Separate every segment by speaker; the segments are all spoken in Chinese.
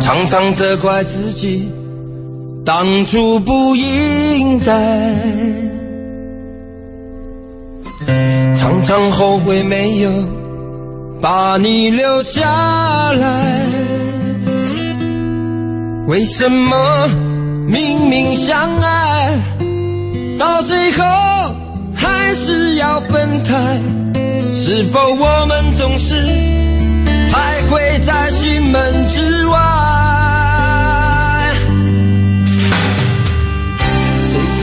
Speaker 1: 常责怪自己，当初不应该，常常后悔没有把你留下来。为什么明明相爱，到最后还是要分开？是否我们总是？徘徊在心门之外，谁知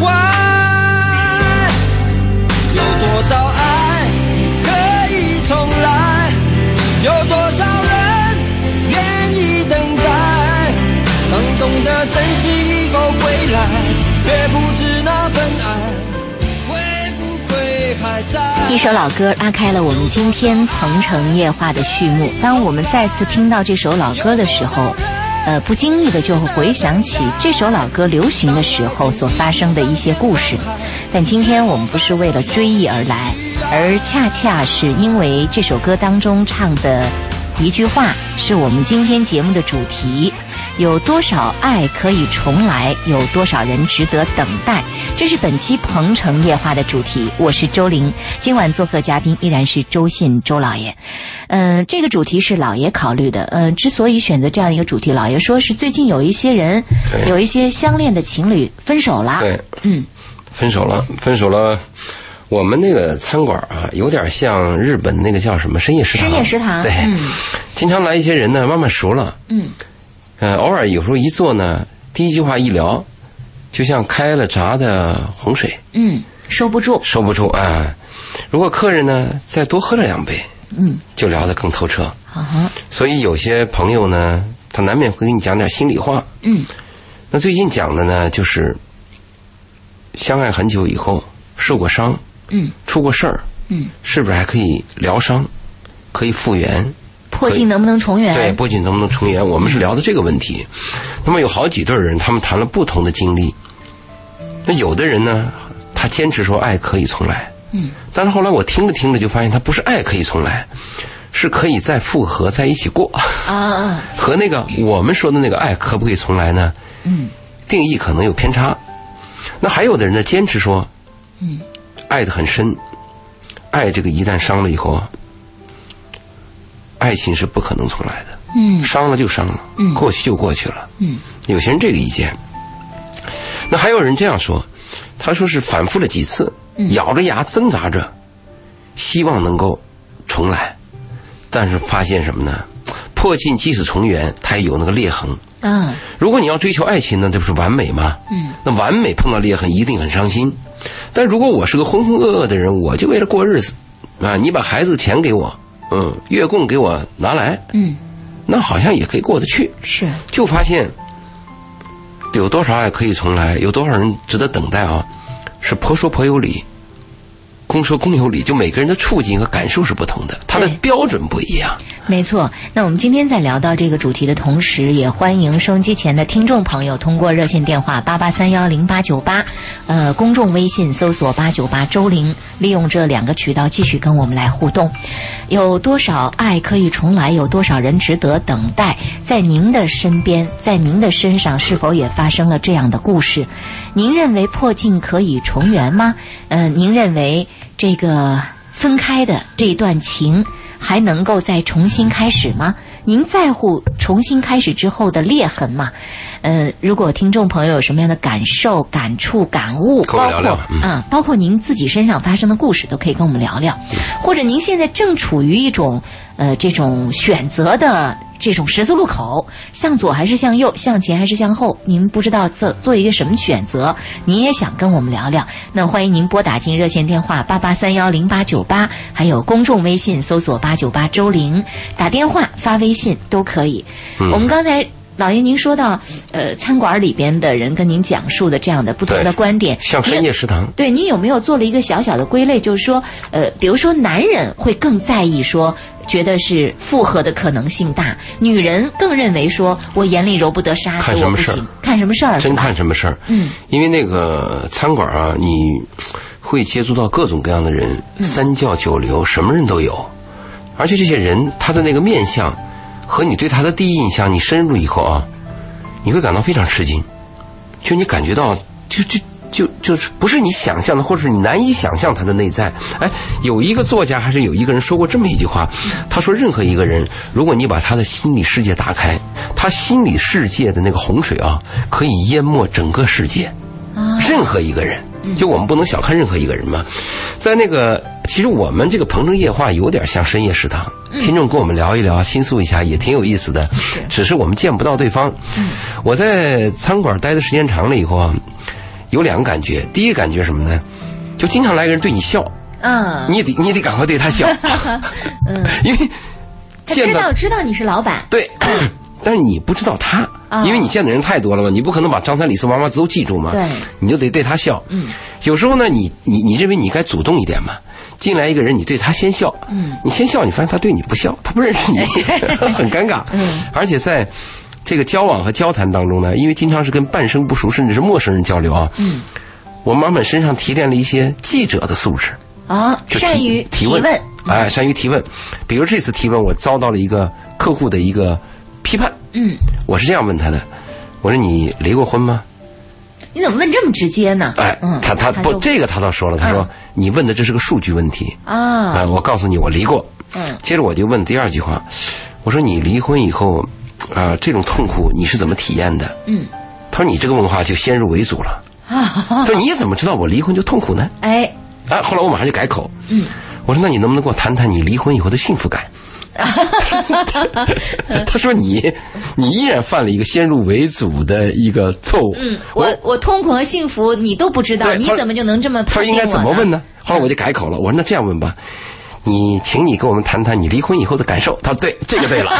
Speaker 1: 怀。有多少爱可以重来？有多少人愿意等待？当懂得珍惜以后归来，却不知那份爱。
Speaker 2: 一首老歌拉开了我们今天《鹏城夜话》的序幕。当我们再次听到这首老歌的时候，呃，不经意的就会回想起这首老歌流行的时候所发生的一些故事。但今天我们不是为了追忆而来，而恰恰是因为这首歌当中唱的一句话是我们今天节目的主题。有多少爱可以重来？有多少人值得等待？这是本期《鹏城夜话》的主题。我是周玲，今晚做客嘉宾依然是周信周老爷。嗯、呃，这个主题是老爷考虑的。嗯、呃，之所以选择这样一个主题，老爷说是最近有一些人，有一些相恋的情侣分手了。
Speaker 3: 对，嗯，分手了，分手了。我们那个餐馆啊，有点像日本那个叫什么深夜食堂。
Speaker 2: 深夜食堂，
Speaker 3: 对，
Speaker 2: 嗯、
Speaker 3: 经常来一些人呢，慢慢熟了。
Speaker 2: 嗯。
Speaker 3: 呃，偶尔有时候一坐呢，第一句话一聊，就像开了闸的洪水，
Speaker 2: 嗯，收不住，
Speaker 3: 收不住啊！如果客人呢再多喝了两杯，
Speaker 2: 嗯，
Speaker 3: 就聊得更透彻。
Speaker 2: 啊
Speaker 3: 所以有些朋友呢，他难免会给你讲点心里话。
Speaker 2: 嗯，
Speaker 3: 那最近讲的呢，就是相爱很久以后受过伤，
Speaker 2: 嗯，
Speaker 3: 出过事儿，
Speaker 2: 嗯，
Speaker 3: 是不是还可以疗伤，可以复原？
Speaker 2: 破镜能不能重圆？
Speaker 3: 对，破镜能不能重圆？我们是聊的这个问题。那么有好几对人，他们谈了不同的经历。那有的人呢，他坚持说爱可以重来。
Speaker 2: 嗯。
Speaker 3: 但是后来我听着听着就发现，他不是爱可以重来，是可以再复合在一起过。
Speaker 2: 啊啊！
Speaker 3: 和那个我们说的那个爱可不可以重来呢？
Speaker 2: 嗯。
Speaker 3: 定义可能有偏差。那还有的人呢，坚持说，
Speaker 2: 嗯，
Speaker 3: 爱的很深，爱这个一旦伤了以后啊。爱情是不可能重来的，
Speaker 2: 嗯，
Speaker 3: 伤了就伤了，
Speaker 2: 嗯，
Speaker 3: 过去就过去了，
Speaker 2: 嗯，
Speaker 3: 有些人这个意见，那还有人这样说，他说是反复了几次，
Speaker 2: 嗯
Speaker 3: 咬着牙挣扎着，希望能够重来，但是发现什么呢？破镜即使重圆，它也有那个裂痕。
Speaker 2: 嗯
Speaker 3: 如果你要追求爱情呢，这不是完美吗？
Speaker 2: 嗯，
Speaker 3: 那完美碰到裂痕一定很伤心。但如果我是个浑浑噩噩的人，我就为了过日子，啊，你把孩子钱给我，嗯，月供给我拿来，
Speaker 2: 嗯，
Speaker 3: 那好像也可以过得去。
Speaker 2: 是，
Speaker 3: 就发现有多少爱可以重来，有多少人值得等待啊？是婆说婆有理，公说公有理，就每个人的处境和感受是不同的，他的
Speaker 2: 对
Speaker 3: 标准不一样。
Speaker 2: 没错，那我们今天在聊到这个主题的同时，也欢迎收音机前的听众朋友通过热线电话八八三幺零八九八，呃，公众微信搜索八九八周玲，利用这两个渠道继续跟我们来互动。有多少爱可以重来？有多少人值得等待？在您的身边，在您的身上，是否也发生了这样的故事？您认为破镜可以重圆吗？呃，您认为这个分开的这一段情？还能够再重新开始吗？您在乎重新开始之后的裂痕吗？呃，如果听众朋友有什么样的感受、感触、感悟，
Speaker 3: 跟我聊
Speaker 2: 包括
Speaker 3: 聊嗯
Speaker 2: 啊，包括您自己身上发生的故事，都可以跟我们聊聊。或者您现在正处于一种呃这种选择的这种十字路口，向左还是向右，向前还是向后，您不知道做做一个什么选择，您也想跟我们聊聊，那欢迎您拨打进热线电话八八三幺零八九八，还有公众微
Speaker 3: 嗯
Speaker 2: 信搜索八九八周玲，打电话发微信都可以。我们刚才。老爷，您说到呃餐馆里边的人跟您讲述的这样的不同的
Speaker 3: 对
Speaker 2: 观点，
Speaker 3: 像
Speaker 2: 您
Speaker 3: 深夜食堂，
Speaker 2: 对你有没有做了一个小小的归类？就是说，呃，比如说男人会更在意说，觉得是复合的可能性大；女人更认为说我眼里揉不得沙子，
Speaker 3: 看什
Speaker 2: 我
Speaker 3: 么
Speaker 2: 不
Speaker 3: 事儿
Speaker 2: 行，看什么事儿。
Speaker 3: 真看什么事儿。
Speaker 2: 嗯，
Speaker 3: 因为那个餐馆啊，你会接触到各种各样的人，三教九流，什么人都有。而且这些人他的那个面相和你对他的第一印象，你深入以后啊，你会感到非常吃惊，就你感觉到就就。就就是不是你想象的，或者是你难以想象他的内在。哎，有一个作家还是有一个人说过这么一句话，他说任何一个人，如果你把他的心理世界打开，他心理世界的那个洪水啊，可以淹没整个世界。任何一个人，
Speaker 2: 嗯
Speaker 3: 就我们不能小看任何一个人嘛。在那个，其实我们这个《鹏城夜话》有点像深夜食堂，
Speaker 2: 嗯
Speaker 3: 听众跟我们聊一聊，倾诉一下也挺有意思的。只是我们见不到对方。
Speaker 2: 嗯
Speaker 3: 我在餐馆待的时间长了以后啊，有两个感觉。第一个感觉什么呢？就经常来个人对你笑，
Speaker 2: 嗯，
Speaker 3: 你也得你也得赶快对他 笑， 因为
Speaker 2: 他
Speaker 3: 见
Speaker 2: 知
Speaker 3: 到
Speaker 2: 道知道你是老板，
Speaker 3: 对， 但是你不知道他，
Speaker 2: 啊
Speaker 3: 因为你见的人太多了嘛，你不可能把张三李四王八子都记住嘛，
Speaker 2: 对
Speaker 3: 你就得对他笑。嗯，有时候呢，你你你认为你该主动一点嘛。进来一个人，你对他先笑，嗯，你先笑，你发现他对你不笑，他不认识你， 很尴尬。嗯，而且在这个交往和交谈当中呢，因为经常是跟半生不熟甚至是陌生人交流啊，嗯，我慢慢身上提炼了一些记者的素质，
Speaker 2: 啊，
Speaker 3: 就
Speaker 2: 善于
Speaker 3: 提问，
Speaker 2: 问，
Speaker 3: 哎，善于提问。比如这次提问，我遭到了一个客户的一个批判，
Speaker 2: 嗯，
Speaker 3: 我是这样问他的，我说你离过婚吗？
Speaker 2: 你怎么问这么直接呢？
Speaker 3: 哎，
Speaker 2: 嗯，
Speaker 3: 他他不
Speaker 2: 就嗯
Speaker 3: 这个他倒说了，他说、你问的这是个数据问题啊、
Speaker 2: 啊，
Speaker 3: 我告诉你我离过，
Speaker 2: 嗯，
Speaker 3: 接着我就问第二句话，我说你离婚以后啊、这种痛苦你是怎么体验的？
Speaker 2: 嗯，
Speaker 3: 他说你这个问话就先入为主 了，他说你怎么知道我离婚就痛苦呢？
Speaker 2: 哎，
Speaker 3: 啊，后来我马上就改口，嗯，我说那你能不能跟我谈谈你离婚以后的幸福 感？他说你，你依然犯了一个先入为主的一个错误。
Speaker 2: 嗯，我我痛苦和幸福你都不知道，
Speaker 3: 对
Speaker 2: 你
Speaker 3: 他
Speaker 2: 怎么就能这么
Speaker 3: 他说
Speaker 2: 判定
Speaker 3: 应
Speaker 2: 我
Speaker 3: 该怎么问？呢？后来我就改口了，我说那这样问吧，你请你跟我们谈谈你离婚以后的感受。他说对，这个对 了，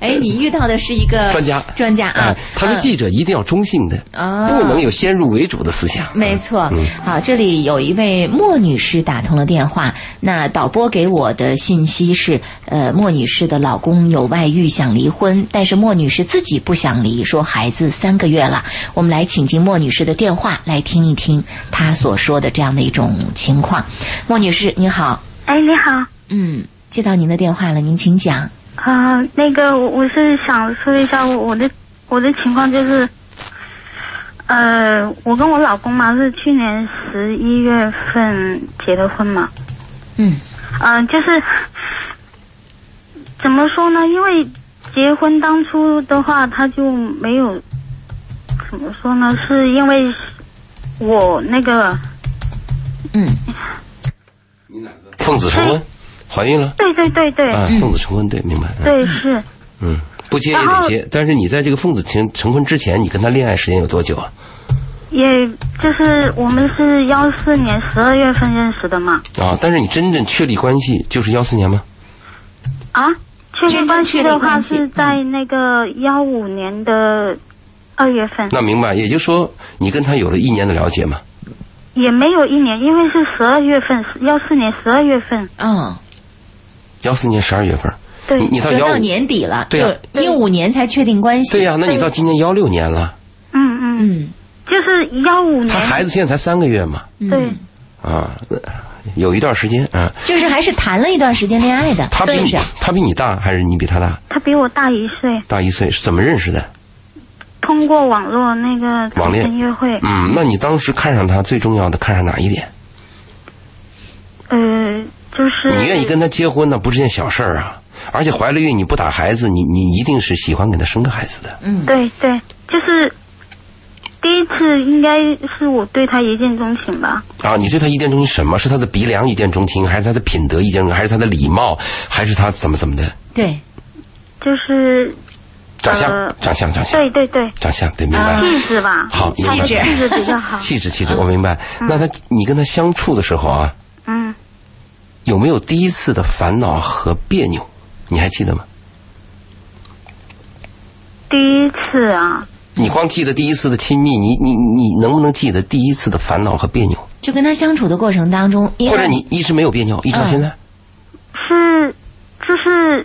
Speaker 2: 哎，你遇到的是一个
Speaker 3: 专家
Speaker 2: 专家啊
Speaker 3: 哎，他说
Speaker 2: 嗯
Speaker 3: 记者一定要中性的，
Speaker 2: 啊
Speaker 3: 不能有先入为主的思想。
Speaker 2: 没错，
Speaker 3: 嗯
Speaker 2: 好，这里有一位莫女士打通了电话。那导播给我的信息是，呃，莫女士的老公有外遇，想离婚，但是莫女士自己不想离，说孩子三个月了。我们来请进莫女士的电话，来听一听她所说的这样的一种情况。莫女士，你好，
Speaker 4: 哎，你好，
Speaker 2: 嗯，接到您的电话了，您请讲。
Speaker 4: 啊、那个我我是想说一下我我的我的情况就是，呃，我跟我老公嘛是去年十一月份结的婚嘛，
Speaker 2: 嗯
Speaker 4: 嗯、就是怎么说呢？因为结婚当初的话，他就没有怎么说呢？是因为我那个
Speaker 2: 嗯
Speaker 3: 奉子成婚，怀孕了
Speaker 4: 对对对对、
Speaker 3: 啊，奉子成婚，对，明白。嗯
Speaker 4: 对是。
Speaker 3: 嗯，不接也
Speaker 4: 然
Speaker 3: 得
Speaker 4: 后
Speaker 3: 接。但是你在这个奉子成成婚之前，你跟他恋爱时间有多久啊？
Speaker 4: 也就是我们是幺四年十二月份认识的嘛，
Speaker 3: 啊，但是你真正确立关系就是幺四年吗？
Speaker 4: 啊，确
Speaker 2: 真正
Speaker 4: 定关系的话
Speaker 2: 确
Speaker 4: 是
Speaker 2: 立
Speaker 4: 在那个幺五年的二月份，
Speaker 3: 那明白，也就是说你跟他有了一年的了解嘛。
Speaker 4: 也没有一年，因为是十二月份，幺四年十二月份，
Speaker 2: 嗯，
Speaker 3: 幺四年十二月份，
Speaker 4: 对
Speaker 3: 你，你到
Speaker 2: 就
Speaker 3: 幺
Speaker 2: 到
Speaker 3: 五，
Speaker 2: 年底了，
Speaker 3: 对呀
Speaker 2: 就一五年才确定关系。
Speaker 3: 对呀、那你到今年幺六年了，
Speaker 4: 嗯嗯，
Speaker 2: 嗯
Speaker 4: 就是幺五年
Speaker 3: 他，孩子现在才三个月嘛，
Speaker 2: 嗯，
Speaker 4: 对，
Speaker 3: 啊，那有一段时间啊，
Speaker 2: 就是还是谈了一段时间恋爱的，
Speaker 3: 他比
Speaker 2: 是不
Speaker 3: 你
Speaker 2: 是？
Speaker 3: 他比你大还是你比他大？
Speaker 4: 他比我大一岁，
Speaker 3: 大一岁，是怎么认识的？
Speaker 4: 通过网络那个
Speaker 3: 网
Speaker 4: 同
Speaker 3: 恋
Speaker 4: 城约会，
Speaker 3: 嗯，那你当时看上他最重要的看上哪一点？
Speaker 4: 呃，就是
Speaker 3: 你愿意跟他结婚呢，不是件小事儿啊。而且怀了孕你不打孩子，你你一定是喜欢给他生个孩子的。
Speaker 4: 对对，就是第一次应该是我对他一见钟情吧，
Speaker 3: 啊，你对他一见钟情什么？是他的鼻梁一见钟情，还是他的品德一见钟情，还是他的礼貌，还是他怎么怎么的？
Speaker 2: 对，
Speaker 4: 就是
Speaker 3: 长相
Speaker 4: 呃，
Speaker 3: 长相，长相，
Speaker 4: 对对对，
Speaker 3: 长相，对，明白。
Speaker 4: 气质吧，
Speaker 3: 好，明白。
Speaker 2: 气质
Speaker 4: 气质比较好，
Speaker 3: 气质，气质，我明白。那他，你跟他相处的时候啊，
Speaker 4: 嗯。
Speaker 3: 有没有第一次的烦恼和别扭？你还记得吗？
Speaker 4: 第第一次啊，
Speaker 3: 你光记得第一次的亲密，你你你能不能记得第一次的烦恼和别扭？
Speaker 2: 就跟他相处的过程当中，因为
Speaker 3: 或者你一直没有别扭，一直到现在？
Speaker 4: 是就是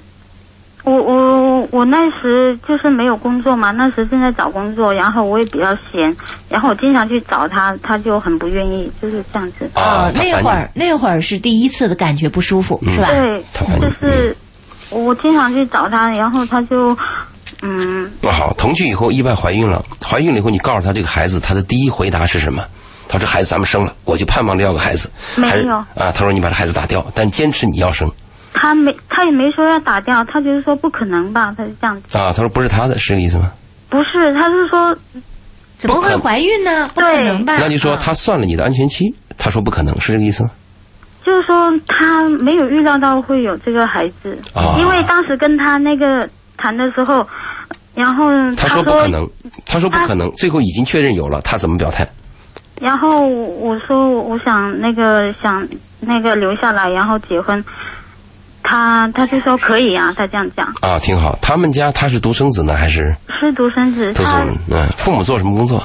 Speaker 4: 我我我那时就是没有工作嘛，那时正在找工作，然后我也比较闲，然后我经常去找他，他就很不愿意，就是这样子。
Speaker 2: 呃
Speaker 3: 啊他
Speaker 2: 那
Speaker 3: 烦你。
Speaker 2: 会
Speaker 3: 嗯
Speaker 2: 儿那会儿是第一次的感觉不舒服，是吧？
Speaker 4: 对
Speaker 3: 他烦，你
Speaker 4: 就是我经常去找他，然后他就嗯
Speaker 3: 那好，同居以后意外怀孕了，怀孕了以后你告诉他这个孩子，他的第一回答是什么？他说：“这孩子咱们生了，我就盼望着要个孩子。”
Speaker 4: 没
Speaker 3: 还是
Speaker 4: 有
Speaker 3: 啊，他说你把这孩子打掉，但坚持你要生
Speaker 4: 他没，他也没说要打掉，他就是说不可能吧，他是这样子。
Speaker 3: 啊。他说不是他的，是这个意思吗？
Speaker 4: 不是，他是说
Speaker 2: 怎么
Speaker 3: 不可
Speaker 2: 会怀孕呢？不可能吧？
Speaker 3: 那就说
Speaker 2: 啊
Speaker 3: 他算了你的安全期，他说不可能，是这个意思吗？
Speaker 4: 就是说他没有预料到会有这个孩子，
Speaker 3: 啊
Speaker 4: 因为当时跟他那个谈的时候，然后
Speaker 3: 他
Speaker 4: 说
Speaker 3: 说
Speaker 4: 啊
Speaker 3: 不可，能，他说不可能，最后已经确认有了，他怎么表态？
Speaker 4: 然后我说我想那个想那个留下来，然后结婚，他他就说可以啊，他这样讲，
Speaker 3: 啊，挺好。他们家他是独生子呢，还是
Speaker 4: 是独生子，
Speaker 3: 都是
Speaker 4: 他
Speaker 3: 嗯？父母做什么工
Speaker 4: 啊
Speaker 3: 作？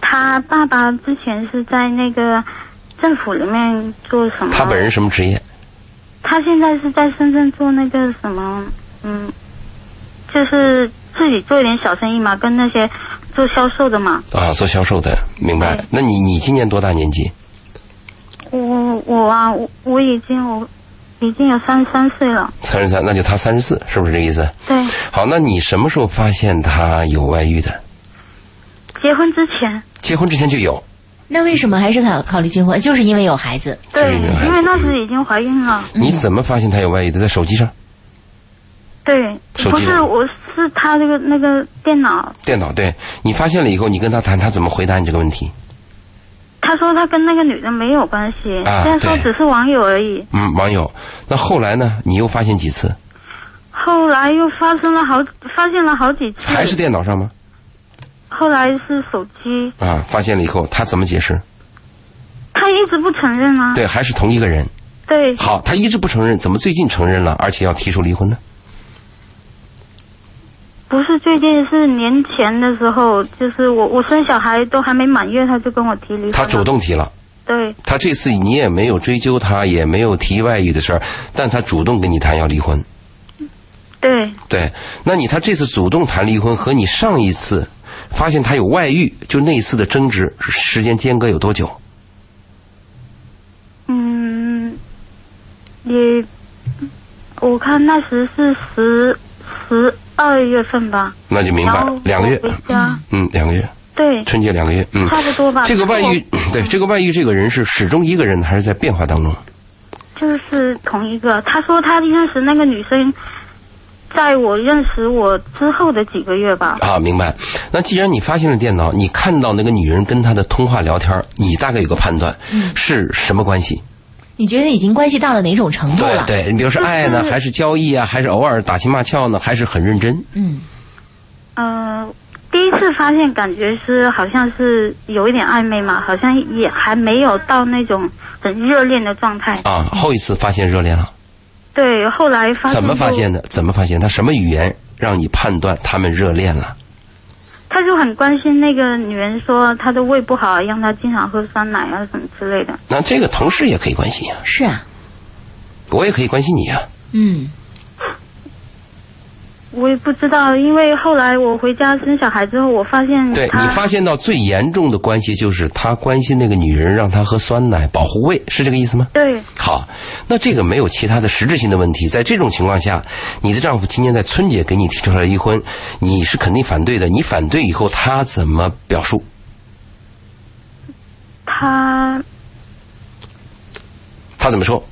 Speaker 4: 他爸爸之前是在那个政府里面做什么？
Speaker 3: 他本人什么职业？
Speaker 4: 他现在是在深圳做那个什么，嗯，就是自己做一点小生意嘛，跟那些做销售的嘛。
Speaker 3: 啊，做销售的，明白
Speaker 4: 对。
Speaker 3: 那你你今年多大年纪？
Speaker 4: 我我啊，我我已经我已经有三十三岁了，
Speaker 3: 三十三，那就他三十四，是不是这意思？
Speaker 4: 对，
Speaker 3: 好，那你什么时候发现他有外遇的？
Speaker 4: 结婚之前，
Speaker 3: 结婚之前就有，
Speaker 2: 那为什么还是考考虑结婚？就是因为有孩子。
Speaker 3: 就是
Speaker 4: 对，
Speaker 3: 有孩子
Speaker 4: 因为那时已经怀孕了，
Speaker 3: 你怎么发现他有外遇的？在手机上、
Speaker 4: 对，
Speaker 3: 手机
Speaker 4: 不是
Speaker 3: 有
Speaker 4: 我是他这个那个电脑，
Speaker 3: 电脑对你发现了以后，你跟他谈，他怎么回答你这个问题？
Speaker 4: 他说他跟那个女的没有关系，
Speaker 3: 啊
Speaker 4: 但说
Speaker 3: 对
Speaker 4: 只是网友而已。
Speaker 3: 嗯，网友。那后来呢？你又发现几次？
Speaker 4: 后来又发生了好发现了好几次，
Speaker 3: 还是电脑上吗？
Speaker 4: 后来是手机，
Speaker 3: 啊，发现了以后，他怎么解释？
Speaker 4: 他一直不承认啊。
Speaker 3: 对，还是同一个人。
Speaker 4: 对，
Speaker 3: 好，他一直不承认，怎么最近承认了，而且要提出离婚呢？
Speaker 4: 不是最近，是年前的时候，就是我我生小孩都还没满月，他就跟我提离婚了。
Speaker 3: 他主动提了。
Speaker 4: 对
Speaker 3: 他这次你也没有追究他，也没有提外遇的事儿，但他主动跟你谈要离婚。
Speaker 4: 对
Speaker 3: 对，那你他这次主动谈离婚和你上一次发现他有外遇，就那一次的争执时间间隔有多久？
Speaker 4: 嗯，也我看那时是十十二月份吧，
Speaker 3: 那就明白
Speaker 4: 然后
Speaker 3: 了，两个月
Speaker 4: 我，回家，
Speaker 3: 嗯，两个月，
Speaker 4: 对，
Speaker 3: 春节两个月，嗯，
Speaker 4: 差不多吧。
Speaker 3: 这个外遇
Speaker 4: 我，
Speaker 3: 对这个外遇，这个人是始终一个人，还是在变化当中？
Speaker 4: 就是同一个，他说他认识那个女生，在我认识我之后的几个月吧。
Speaker 3: 啊，明白。那既然你发现了电脑，你看到那个女人跟他的通话聊天，你大概有个判断
Speaker 4: 嗯
Speaker 3: 是什么关系？
Speaker 2: 你觉得已经关系到了哪种程度
Speaker 4: 啊
Speaker 2: 了？
Speaker 3: 对对，你比如说爱呢，还是交易啊，还是偶尔打情骂俏呢，还是很认真？
Speaker 2: 嗯，
Speaker 4: 呃，第一次发现感觉是好像是有一点暧昧嘛，好像也还没有到那种很热恋的状态。
Speaker 3: 啊，后一次发现热恋了，
Speaker 4: 对，后来发现
Speaker 3: 怎么
Speaker 4: 啊就
Speaker 3: 发现？的？怎么发现？他什么语言让你判断他们热恋了？
Speaker 4: 他就很关心那个女人，说她的胃不好，让她经常喝酸奶啊什么之类的。
Speaker 3: 那这个同事也可以关心呀、
Speaker 2: 是啊，
Speaker 3: 我也可以关心你啊呀、
Speaker 2: 嗯，
Speaker 4: 我也不知道，因为后来我回家生小孩之后，我发现
Speaker 3: 对
Speaker 4: 他
Speaker 3: 你发现到最严重的关系就是他关心那个女人，让她喝酸奶保护胃，是这个意思吗？
Speaker 4: 对
Speaker 3: 好，那这个没有其他的实质性的问题。在这种情况下，你的丈夫今年在春节给你提出来离婚，你是肯定反对的。你反对以后，他怎么表述？
Speaker 4: 他，
Speaker 3: 他怎么说？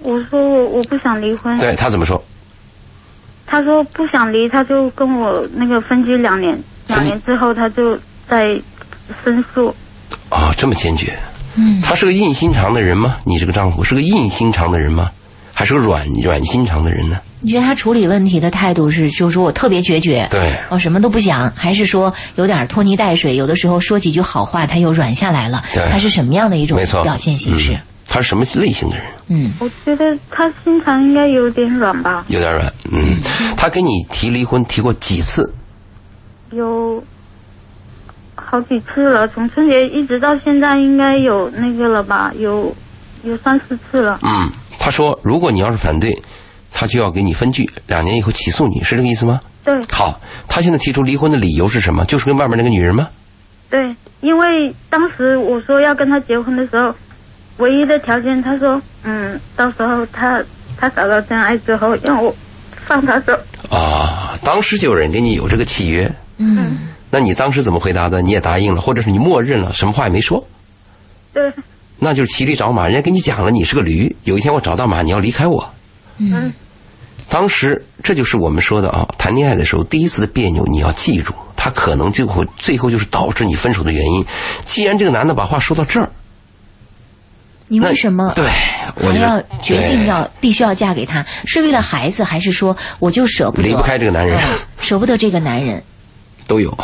Speaker 4: 我说我我不想离婚，
Speaker 3: 对他怎么说？
Speaker 4: 他说不想离，他就跟我那个分居两年，两年之后他就在申诉。
Speaker 3: 啊、这么坚决？
Speaker 2: 嗯，
Speaker 3: 他是个硬心肠的人吗？你这个丈夫是个硬心肠的人吗？还是个软软心肠的人呢？
Speaker 2: 你觉得他处理问题的态度是，就是说我特别决绝，
Speaker 3: 对，
Speaker 2: 我什么都不想，还是说有点拖泥带水？有的时候说几句好话，他又软下来了。
Speaker 3: 对
Speaker 2: 他是什么样的一种
Speaker 3: 没错，
Speaker 2: 表现形式
Speaker 3: 嗯？他是什么类型的人？
Speaker 2: 嗯
Speaker 4: 我觉得他心肠应该有点软吧。
Speaker 3: 有点软，嗯。他跟你提离婚提过几次？
Speaker 4: 有好几次了，从春节一直到现在，应该有那个了吧？有有三四次了。
Speaker 3: 嗯，他说如果你要是反对，他就要给你分居，两年以后起诉你，是这个意思吗？
Speaker 4: 对
Speaker 3: 好，他现在提出离婚的理由是什么？就是跟外面那个女人吗？
Speaker 4: 对，因为当时我说要跟他结婚的时候，唯一的条件，他说，嗯，到时候他他找到真爱之后，让我放他走。
Speaker 3: 啊，当时就有人跟你有这个契约，
Speaker 2: 嗯，
Speaker 3: 那你当时怎么回答的？你也答应了，或者是你默认了，什么话也没说，
Speaker 4: 对，
Speaker 3: 那就是骑驴找马。人家跟你讲了，你是个驴，有一天我找到马，你要离开我。
Speaker 4: 嗯，
Speaker 3: 当时这就是我们说的啊，谈恋爱的时候第一次的别扭，你要记住，他可能就会最后就是导致你分手的原因。既然这个男的把话说到这儿，
Speaker 2: 你
Speaker 3: 那
Speaker 2: 为什么
Speaker 3: 对，我
Speaker 2: 还
Speaker 3: 就
Speaker 2: 要决定
Speaker 3: 对
Speaker 2: 要必须要嫁给他？是为了孩子，还是说我就舍不得
Speaker 3: 离不开这个男人，
Speaker 2: 嗯舍不得这个男人？
Speaker 3: 都有。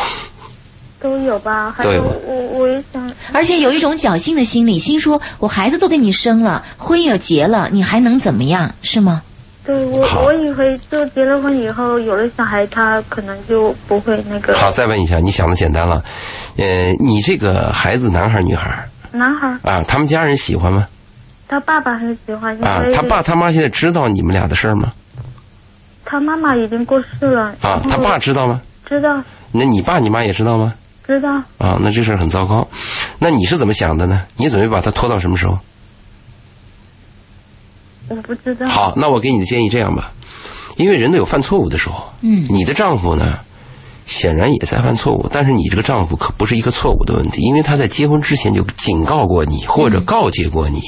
Speaker 4: 都有吧？还
Speaker 3: 都有
Speaker 4: 有
Speaker 3: 吧
Speaker 4: 我我也想，
Speaker 2: 而且有一种侥幸的心理，心说我孩子都给你生了，婚也结了，你还能怎么样？是吗？
Speaker 4: 对我
Speaker 3: 好
Speaker 4: 我以为就结了婚以后有了小孩，他可能就不会那 个。
Speaker 3: 好，再问一下，你想的简单了，呃，你这个孩子男孩儿女孩儿
Speaker 4: 男孩，
Speaker 3: 啊，他们家人喜欢吗？
Speaker 4: 他爸爸很喜欢，因
Speaker 3: 啊
Speaker 2: 嗯
Speaker 4: 为，
Speaker 3: 他爸他妈现在知道你们俩的事儿吗？
Speaker 4: 他妈妈已经过世了。
Speaker 3: 啊
Speaker 4: 然，后
Speaker 3: 他爸知道吗？
Speaker 4: 知道
Speaker 3: 那你爸你妈也知道吗？
Speaker 4: 知道，
Speaker 3: 啊，那这事儿很糟糕。那你是怎么想的呢？你准备把他拖到什么时候？
Speaker 4: 我不知
Speaker 2: 嗯
Speaker 4: 道。
Speaker 3: 好，那我给你的建议这样吧，因为人都有犯错误的时候。
Speaker 2: 嗯
Speaker 3: 你的丈夫呢，显然也在犯错误，但是你这个丈夫可不是一个错误的问题，因为他在结婚之前就警告过你，或
Speaker 2: 嗯
Speaker 3: 者告诫过你，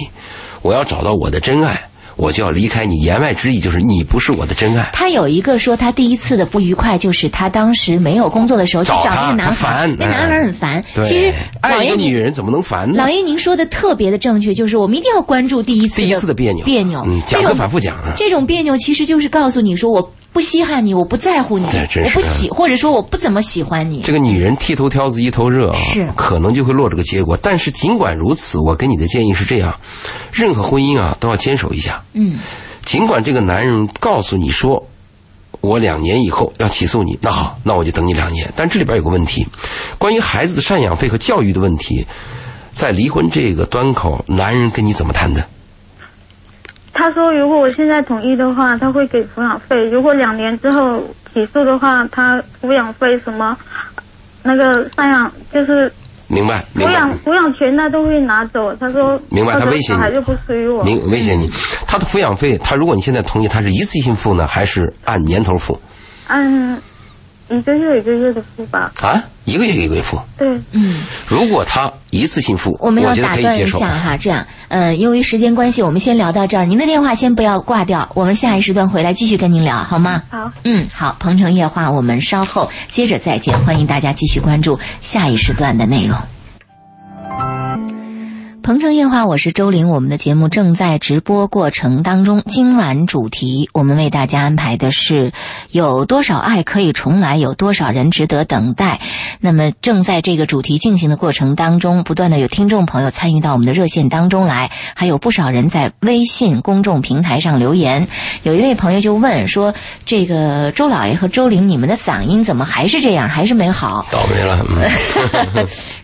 Speaker 3: 我要找到我的真爱，我就要离开你。言外之意就是你不是我的真爱。
Speaker 2: 他有一个说他第一次的不愉快，就是他当时没有工作的时候去
Speaker 3: 找
Speaker 2: 找
Speaker 3: 他
Speaker 2: 那个男
Speaker 3: 他
Speaker 2: 孩
Speaker 3: 烦，哎
Speaker 2: 那男孩很烦。
Speaker 3: 对，
Speaker 2: 其实老
Speaker 3: 爱一
Speaker 2: 爷
Speaker 3: 个
Speaker 2: 您
Speaker 3: 女人怎么能烦呢
Speaker 2: 老？爷您说的特别的正确，就是我们一定要关注第一次
Speaker 3: 第一次的别扭，
Speaker 2: 别扭，
Speaker 3: 嗯，
Speaker 2: 这
Speaker 3: 讲
Speaker 2: 种
Speaker 3: 个反复讲啊。
Speaker 2: 这种别扭其实就是告诉你说我不稀罕你，我不在乎你，
Speaker 3: 对真
Speaker 2: 我
Speaker 3: 是嗯
Speaker 2: 不
Speaker 3: 的
Speaker 2: 喜，或者说我不怎么喜欢你
Speaker 3: 这。个女人剃头挑子一头热啊，
Speaker 2: 是
Speaker 3: 可能就会落这个结果。但是尽管如此，我给你的建议是这样：任何婚姻啊都要坚守一下。
Speaker 2: 嗯，
Speaker 3: 尽管这个男人告诉你说，我两年以后要起诉你，那好，那我就等你两年。但这里边有个问题，关于孩子的赡养费和教育的问题，在离婚这个端口，男人跟你怎么谈的？
Speaker 4: 他说，如果我现在同意的话，他会给抚养费；如果两年之后起诉的话，他抚养费什么，那个赡养就是
Speaker 3: 明白，明
Speaker 4: 抚
Speaker 3: 白
Speaker 4: 养。抚养权他都会拿走。他说，
Speaker 3: 明白
Speaker 4: 到时
Speaker 3: 他
Speaker 4: 候
Speaker 3: 威胁
Speaker 4: 小孩
Speaker 3: 你
Speaker 4: 就不属于我。
Speaker 3: 明威胁你，他的抚养费，他如果你现在同意，他是一次性付呢，还是按年头付？
Speaker 4: 按嗯一个月一个月的付吧。
Speaker 3: 啊，一个月一个月付。
Speaker 4: 对，
Speaker 2: 嗯，
Speaker 3: 如果他一次性付，
Speaker 2: 我们要
Speaker 3: 觉得
Speaker 2: 打
Speaker 3: 可以
Speaker 2: 断
Speaker 3: 接
Speaker 2: 一
Speaker 3: 受
Speaker 2: 下。哈，这样，呃，由于时间关系，我们先聊到这儿。您的电话先不要挂掉，我们下一时段回来继续跟您聊，好吗？
Speaker 4: 好，
Speaker 2: 嗯，好，鹏城夜话，我们稍后接着再见，欢迎大家继续关注下一时段的内容。鹏城夜话，我是周玲。我们的节目正在直播过程当中。今晚主题，我们为大家安排的是：有多少爱可以重来？有多少人值得等待？那么，正在这个主题进行的过程当中，不断的有听众朋友参与到我们的热线当中来，还有不少人在微信公众平台上留言。有一位朋友就问说：“这个周老爷和周玲，你们的嗓音怎么还是这样，还是没好？
Speaker 3: 倒霉了，嗯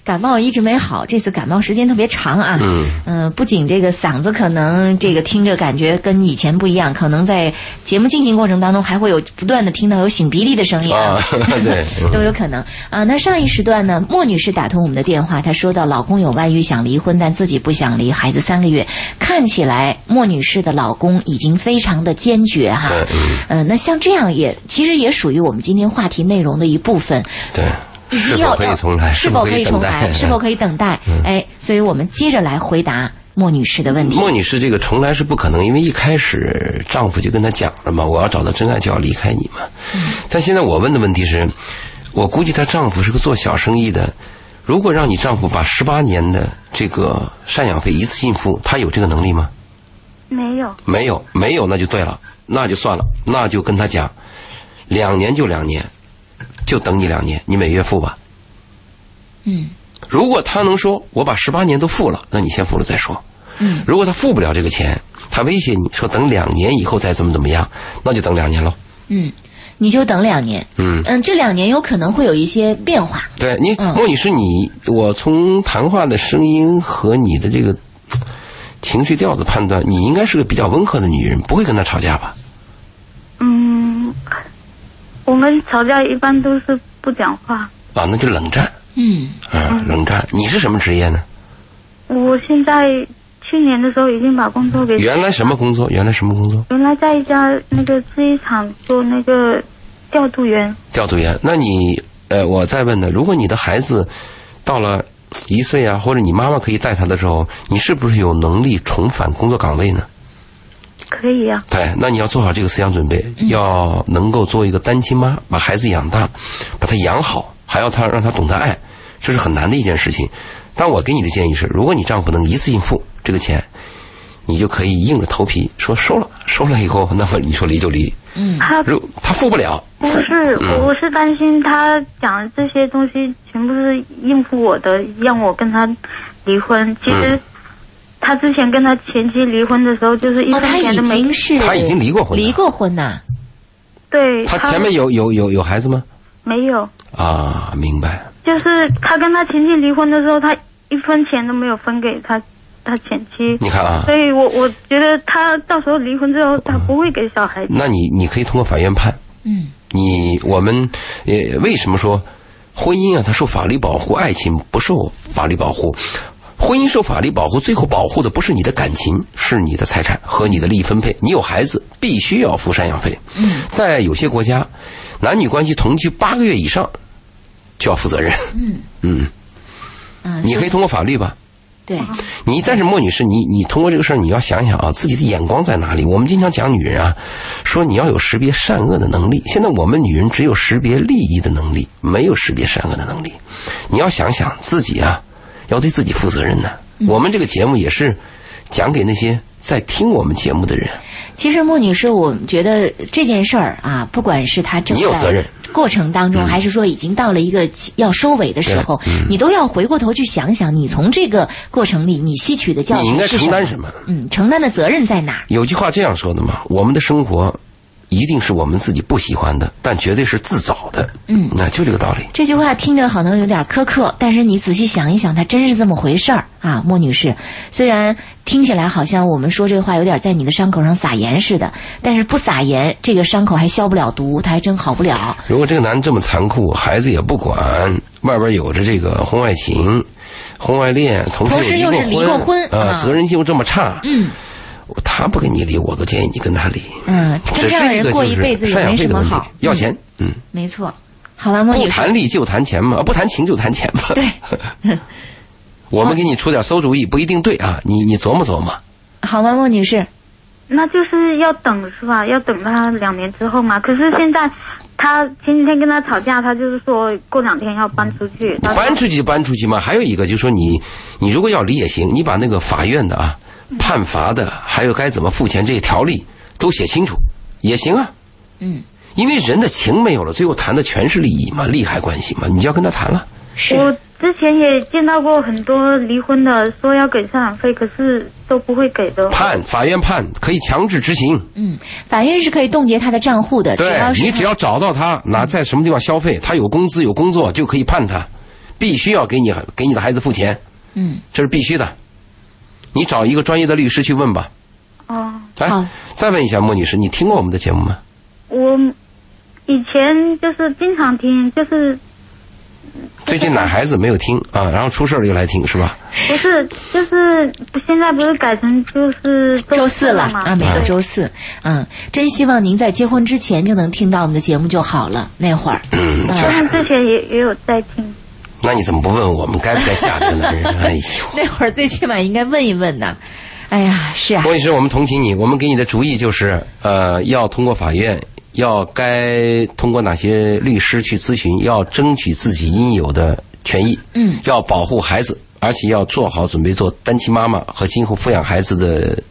Speaker 2: 感冒一直没好，这次感冒时间特别长啊。嗯， 呃，不仅这个嗓子可能这个听着感觉跟以前不一样，可能在节目进行过程当中还会有不断的听到有擤鼻涕的声音
Speaker 3: 啊， 对，
Speaker 2: 都有可能啊。那上一时段呢，莫女士打通我们的电话，她说到老公有外遇想离婚，但自己不想离，孩子三个月，看起来莫女士的老公已经非常的坚决哈。
Speaker 3: 对
Speaker 2: 呃，那像这样也其实也属于我们今天话题内容的一部分。
Speaker 3: 对，
Speaker 2: 已
Speaker 3: 是
Speaker 2: 经
Speaker 3: 否
Speaker 2: 要
Speaker 3: 可以重来？
Speaker 2: 是
Speaker 3: 否
Speaker 2: 否
Speaker 3: 可
Speaker 2: 可以
Speaker 3: 等
Speaker 2: 重
Speaker 3: 待？嗯
Speaker 2: 来？是否可以 等待？哎，所以我们接着来回答莫女士的问题。
Speaker 3: 莫女士，这个重来是不可能，因为一开始丈夫就跟她讲了嘛，我要找到真爱就要离开你嘛。
Speaker 2: 嗯
Speaker 3: 但现在我问的问题是，我估计她丈夫是个做小生意的，如果让你丈夫把十八年的这个赡养费一次性付，他有这个能力吗？
Speaker 4: 没有，
Speaker 3: 没有，没有那就对了，那就算了，那就跟他讲，两年就两年，就等你两年，你每月付吧。
Speaker 2: 嗯
Speaker 3: 如果他能说我把十八年都付了，那你先付了再说。
Speaker 2: 嗯，
Speaker 3: 如果他付不了这个钱，他威胁你说等两年以后再怎么怎么样，那就等两年喽。
Speaker 2: 嗯，你就等两年。
Speaker 3: 嗯
Speaker 2: 嗯，这两年有可能会有一些变化。
Speaker 3: 对你，
Speaker 2: 嗯
Speaker 3: 莫女士，你我从谈话的声音和你的这个嘖情绪调子判断，你应该是个比较温和的女人，不会跟他吵架吧？
Speaker 4: 嗯，我们吵架一般都是不讲话。
Speaker 3: 啊，那就冷战
Speaker 2: 嗯
Speaker 3: 啊，冷战。你是什么职业呢？
Speaker 4: 我现在去年的时候已经把工作给
Speaker 3: 原来什么工作？原来什么工作？
Speaker 4: 原来在一家那个制衣厂做那个调度员，
Speaker 3: 调度员。那你，呃，我再问呢，如果你的孩子到了嘖一岁啊，或者你妈妈可以带他的时候，你是不是有能力重返工作岗位呢？
Speaker 4: 可以啊。
Speaker 3: 对，那你要做好这个思想准备，要能够做一个单亲妈，把孩子养大，把他养好，还要他让他懂得爱，这是很难的一件事情。但我给你的建议是，如果你丈夫能一次性付这个钱，你就可以硬着头皮说收了，收了以后，那么你说离就离。
Speaker 4: 他
Speaker 3: 如他付不了，
Speaker 4: 不是，我是担心他讲的这些东西全部是应付我的，让我跟他离婚。其实他之前跟他前妻离婚的时候，就是一
Speaker 2: 哦，
Speaker 4: 分
Speaker 2: 他
Speaker 4: 钱
Speaker 2: 已
Speaker 4: 都没。
Speaker 2: 经是
Speaker 3: 他已经离过婚了
Speaker 2: 离过婚呐。
Speaker 4: 对，
Speaker 3: 他前面有有有有孩子吗？
Speaker 4: 没有，
Speaker 3: 啊，明白。
Speaker 4: 就是他跟他前妻离婚的时候，他一分钱都没有分给他他前妻。
Speaker 3: 你看啊
Speaker 4: 所，以我我觉得他到时候离婚之后，他不会给小孩子。
Speaker 3: 那你你可以通过法院判，
Speaker 2: 嗯
Speaker 3: 你我们呃，为什么说婚姻啊，它受法律保护，爱情不受法律保护？婚姻受法律保护，最后保护的不是你的感情，是你的财产和你的利益分配。你有孩子，必须要付赡养费。
Speaker 2: 嗯，
Speaker 3: 在有些国家，男女关系同居八个月以上就要负责任。
Speaker 2: 嗯
Speaker 3: 嗯，
Speaker 2: 嗯，
Speaker 3: 你可以通过法律吧。
Speaker 2: 对，
Speaker 3: 你但是莫女士，你你通过这个事儿，你要想想啊，自己的眼光在哪里？我们经常讲女人啊，说你要有识别善恶的能力。现在我们女人只有识别利益的能力，没有识别善恶的能力。你要想想自己啊，要对自己负责任呢、
Speaker 2: 嗯
Speaker 3: 我们这个节目也是讲给那些在听我们节目的人。
Speaker 2: 其实莫女士，我觉得这件事儿啊，不管是她正
Speaker 3: 你有责
Speaker 2: 在
Speaker 3: 任嗯
Speaker 2: 过程当中，还是说已经到了一个要收尾的时候，你都要回过头去想想，你从这个过程里你吸取的教
Speaker 3: 你应
Speaker 2: 训
Speaker 3: 该
Speaker 2: 是
Speaker 3: 承
Speaker 2: 什么？
Speaker 3: 担什么？
Speaker 2: 嗯，承担的责任在哪儿？
Speaker 3: 有句话这样说的嘛：我们的生活一定是我们自己不喜欢的，但绝对是自找的。
Speaker 2: 嗯，
Speaker 3: 那就这个道理。
Speaker 2: 这句话听着好像有点苛刻，但是你仔细想一想，它真是这么回事儿啊，莫女士。虽然听起来好像我们说这话有点在你的伤口上撒盐似的，但是不撒盐，这个伤口还消不了毒，它还真好不了。
Speaker 3: 如果这个男人这么残酷，孩子也不管，外边有着这个婚外情、婚外恋，同
Speaker 2: 同时
Speaker 3: 时
Speaker 2: 又是离过婚
Speaker 3: 啊，
Speaker 2: 啊
Speaker 3: 责任心又这么差，
Speaker 2: 嗯
Speaker 3: 他不跟你离，我都建议你跟他离。
Speaker 2: 嗯，
Speaker 3: 只
Speaker 2: 跟这样的
Speaker 3: 是一
Speaker 2: 人
Speaker 3: 个
Speaker 2: 过
Speaker 3: 就
Speaker 2: 一辈
Speaker 3: 是
Speaker 2: 子也
Speaker 3: 赡养
Speaker 2: 没
Speaker 3: 费
Speaker 2: 什
Speaker 3: 的
Speaker 2: 么
Speaker 3: 问题
Speaker 2: 好，，
Speaker 3: 要钱，嗯，
Speaker 2: 没错。好吧，莫
Speaker 3: 不
Speaker 2: 女士，
Speaker 3: 谈利就谈钱嘛，不谈情就谈钱嘛。
Speaker 2: 对，
Speaker 3: 我们给你出点馊主意，不一定对啊，你你琢磨琢磨。
Speaker 2: 好吧，莫女士，
Speaker 4: 那就是要等是吧？要等他两年之后嘛。可是现在他前几天跟他吵架，他就是说过两天要搬出
Speaker 2: 啊
Speaker 4: 去。
Speaker 3: 你
Speaker 4: 他
Speaker 3: 搬出去就搬出去嘛。还有一个就是说你，你如果要离也行，你把那个法院的啊、
Speaker 2: 嗯
Speaker 3: 判罚的，还有该怎么付钱这些条例都写清楚也行啊。
Speaker 2: 嗯，
Speaker 3: 因为人的情没有了，最后谈的全是利益嘛，利害关系嘛，你就要跟他谈了。
Speaker 2: 是
Speaker 4: 我之前也见到过很多离婚的，说要给赡养费，可是都不会给的。
Speaker 3: 判，法院判可以强制执行。
Speaker 2: 嗯，法院是可以冻结他的账户的，只
Speaker 3: 对
Speaker 2: 要是
Speaker 3: 你
Speaker 2: 他
Speaker 3: 只要找到他哪在什么地方消费，他有工资有工作就可以判他，必须要给你给你的孩子付钱，
Speaker 2: 嗯
Speaker 3: 这是必须的。你找一个专业的律师去问吧。
Speaker 4: 哦，
Speaker 2: 好
Speaker 3: 哎，再问一下莫女士，你听过我们的节目吗？
Speaker 4: 我以前就是经常听，就是
Speaker 3: 最近奶孩子没有听啊，然后出事儿了又来听是吧？
Speaker 4: 不是就是现在不是改成就是
Speaker 2: 周四了
Speaker 4: 吗？
Speaker 2: 啊，每个周四，嗯，真希望您在结婚之前就能听到我们的节目就好了。那会 儿，
Speaker 3: 嗯，
Speaker 4: 对。
Speaker 3: 确
Speaker 4: 他
Speaker 3: 实。
Speaker 4: 们之前也也有在听。
Speaker 3: 那你怎么不问我们该不该嫁这个男 人？哎呦，
Speaker 2: 那会儿最起码应该问一问呐。哎呀，是啊，
Speaker 3: 莫女士，我们同情你，我们给你的主意就是，呃，要通过法院，要该通过哪些律师去咨询，要争取自己应有的权益，
Speaker 2: 嗯，
Speaker 3: 要保护孩子，而且要做好准备做单亲妈妈和今后抚养孩子的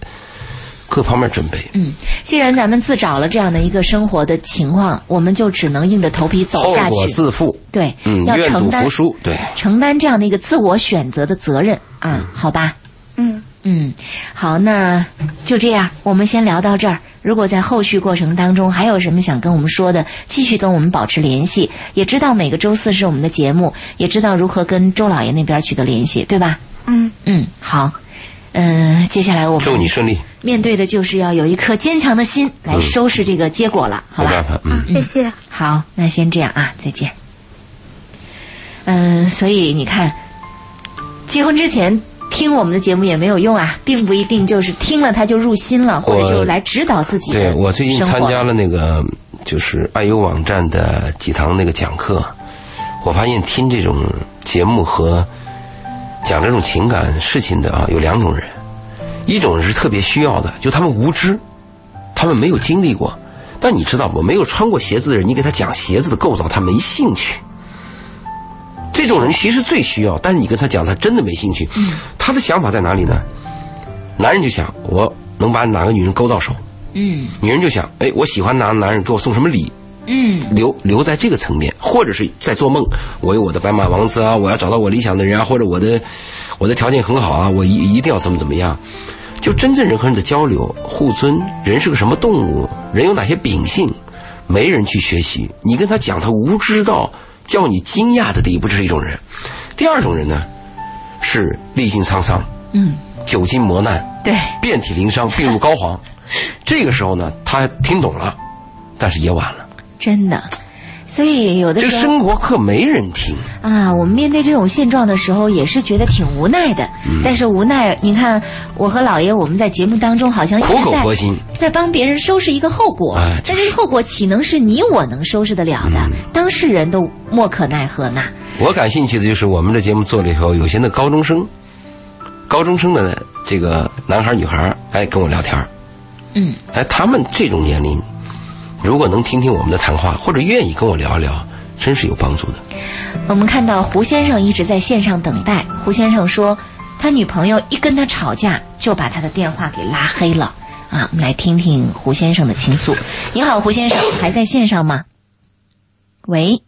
Speaker 3: 各方面准备。
Speaker 2: 嗯，既然咱们自找了这样的一个生活的情况，我们就只能硬着头皮走
Speaker 3: 后
Speaker 2: 下
Speaker 3: 果
Speaker 2: 去。
Speaker 3: 自负，
Speaker 2: 对，
Speaker 3: 嗯，
Speaker 2: 要
Speaker 3: 愿
Speaker 2: 承
Speaker 3: 赌
Speaker 2: 担
Speaker 3: 服输，对。
Speaker 2: 承担这样的一个自我选择的责任啊，好吧？
Speaker 4: 嗯，
Speaker 2: 嗯，好，那就这样，我们先聊到这儿。如果在后续过程当中还有什么想跟我们说的，继续跟我们保持联系。也知道每个周四是我们的节目，也知道如何跟周老爷那边取得联系，对吧？
Speaker 4: 嗯，
Speaker 2: 嗯，好。嗯，接下来我
Speaker 3: 祝
Speaker 2: 们
Speaker 3: 你顺利，
Speaker 2: 面对的就是要有一颗坚强的心来收拾这个结果了，好
Speaker 3: 没
Speaker 2: 吧？
Speaker 3: 办法，嗯，
Speaker 4: 谢谢。
Speaker 2: 好，那先这样啊，再见。嗯、所以你看，结婚之前听我们的节目也没有用啊，并不一定就是听了他就入心了，或者
Speaker 3: 我
Speaker 2: 就来指导自己的
Speaker 3: 对我最近
Speaker 2: 生活
Speaker 3: 参加了那个就是爱优网站的几堂那个讲课，我发现听这种节目和讲这种情感事情的啊，有两种人，一种人是特别需要的，就他们无知，他们没有经历过。但你知道不？没有穿过鞋子的人，你给他讲鞋子的构造，他没兴趣。这种人其实最需要，但是你跟他讲，他真的没兴趣。
Speaker 2: 嗯
Speaker 3: 他的想法在哪里呢？男人就想我能把哪个女人勾到手，
Speaker 2: 嗯
Speaker 3: 女人就想，哎，我喜欢哪个男人给我送什么礼，
Speaker 2: 嗯
Speaker 3: 留留在这个层面，或者是在做梦，我有我的白马王子啊，我要找到我理想的人啊，或者我的我的条件很好啊，我一一定要怎么怎么样。就真正人和人的交流、互尊，人是个什么动物，人有哪些秉性，没人去学习。你跟他讲，他无知到叫你惊讶的地步，这是一种人。第二种人呢，是历尽沧桑，
Speaker 2: 嗯，
Speaker 3: 久经磨难，
Speaker 2: 对，
Speaker 3: 遍体鳞伤，病入膏肓。这个时候呢，他听懂了，但是也晚了。
Speaker 2: 真的。所以有的
Speaker 3: 这个
Speaker 2: 时候
Speaker 3: 生活课没人听，
Speaker 2: 啊，我们面对这种现状的时候，也是觉得挺无奈的。
Speaker 3: 嗯
Speaker 2: 但是无奈，你看我和老爷，我们在节目当中好像一直
Speaker 3: 苦口
Speaker 2: 哎在
Speaker 3: 婆心。
Speaker 2: 在帮别人收拾一个后果，
Speaker 3: 哎就嗯
Speaker 2: 但这个后果岂能是你我能收拾得了的？当事人都莫可奈何呢。
Speaker 3: 我感兴趣的就是我们这节目做了以后，有些那高中生，高中生的这个男孩儿女孩儿，哎，跟我聊天儿
Speaker 2: 嗯，
Speaker 3: 哎，他们这种年龄，如果能听听我们的谈话，或者愿意跟我聊一聊，真是有帮助的。
Speaker 2: 我们看到胡先生一直在线上等待。胡先生说，他女朋友一跟他吵架，就把他的电话给拉黑了。啊，我们来听听胡先生的倾诉。你好，胡先生，还在线上吗？喂，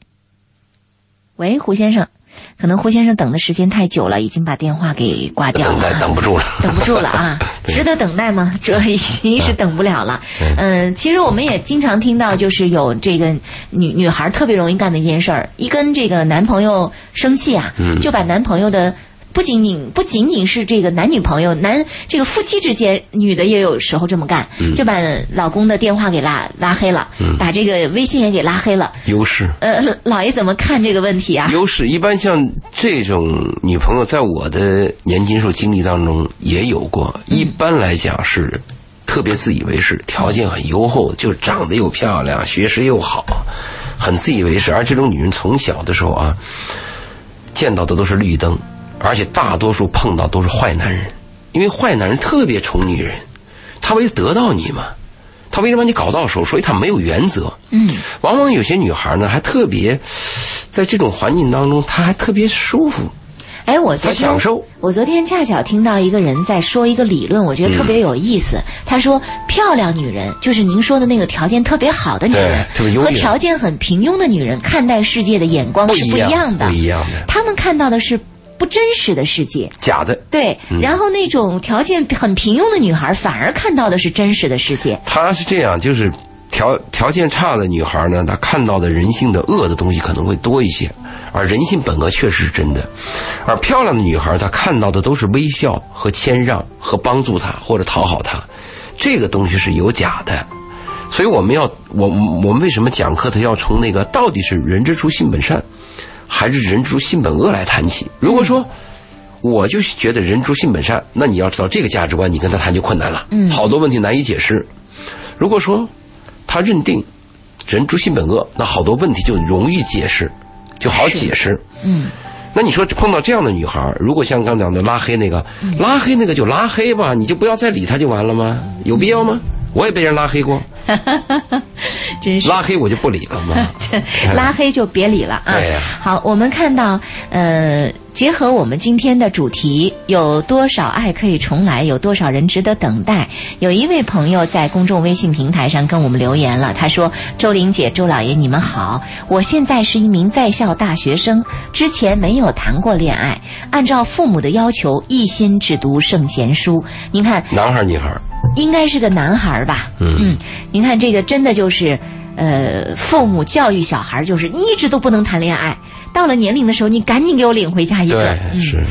Speaker 2: 喂，胡先生，可能胡先生等的时间太久了，已经把电话给挂掉
Speaker 3: 等
Speaker 2: 了
Speaker 3: 待
Speaker 2: 啊。
Speaker 3: 等不 住了，
Speaker 2: 等不住了啊！值得等待吗？这已经是等不了了。嗯，其实我们也经常听到，就是有这个女女孩特别容易干的一件事儿，一跟这个男朋友生气啊，就把男朋友的。不仅仅不仅仅是这个男女朋友，男这个夫妻之间，女的也有时候这么干，就把老公的电话给拉拉黑了，把这个微信也给拉黑了。
Speaker 3: 优势。
Speaker 2: 呃，老爷怎么看这个问题啊？
Speaker 3: 优势一般像这种女朋友，在我的年轻时候经历当中也有过。一般来讲是特别自以为是，条件很优厚，就长得又漂亮，学识又好，很自以为是。而这种女人从小的时候啊，见到的都是绿灯，而且大多数碰到都是坏男人，因为坏男人特别宠女人，他为了得到你嘛，他为了把你搞到手，所以他没有原则。嗯，往往有些女孩呢，还特别在这种环境当中，她还特别舒服，
Speaker 2: 哎，我昨
Speaker 3: 她
Speaker 2: 天
Speaker 3: 享受。
Speaker 2: 我昨天恰巧听到一个人在说一个理论，我觉得特别有意
Speaker 3: 嗯
Speaker 2: 思。他说，漂亮女人就是您说的那个条件特别好的女人
Speaker 3: 对特别优，
Speaker 2: 和
Speaker 3: 越
Speaker 2: 条件很平庸的女人看待世界的眼光是
Speaker 3: 一
Speaker 2: 不一样的
Speaker 3: 不，一样的，
Speaker 2: 她们看到的是不真实的世界。
Speaker 3: 假的。
Speaker 2: 对，
Speaker 3: 嗯
Speaker 2: 然后那种条件很平庸的女孩，反而看到的是真实的世界。
Speaker 3: 她是这样，就是条条件差的女孩呢，她看到的人性的恶的东西可能会多一些，而人性本恶确实是真的。而漂亮的女孩，她看到的都是微笑和谦让和帮助她或者讨好她，这个东西是有假的。所以我们要，我我们为什么讲课的要从那个到底是人之初性本善，还是人之初性本恶来谈起？如果说。我就是觉得人之初性本善，那你要知道这个价值观，你跟他谈就困难了。嗯，好多问题难以解释。如果说他认定人诸性本恶，那好多问题就容易解释，就好解释。嗯，那你说碰到这样的女孩儿，如果像刚讲的拉黑那个，
Speaker 2: 嗯
Speaker 3: 拉黑那个就拉黑吧，你就不要再理她就完了吗？有必要吗？我也被人拉黑过，
Speaker 2: 真是
Speaker 3: 拉黑我就不理了 哎嘛。
Speaker 2: 拉黑就别理了啊。
Speaker 3: 对呀
Speaker 2: 好，我们看到，呃，结合我们今天的主题，有多少爱可以重来？有多少人值得等待？有一位朋友在公众微信平台上跟我们留言了，他说：“周玲姐、周老爷，你们好，我现在是一名在校大学生，之前没有谈过恋爱，按照父母的要求，一心只读圣贤书。您看，
Speaker 3: 男孩儿女孩儿，
Speaker 2: 应该是个男孩儿吧？
Speaker 3: 嗯
Speaker 2: 您看这个真的就是，呃，父母教育小孩儿就是你一直都不能谈恋爱，到了年龄的时候你赶紧给我领回家一个。
Speaker 3: 对，
Speaker 2: 嗯
Speaker 3: 是，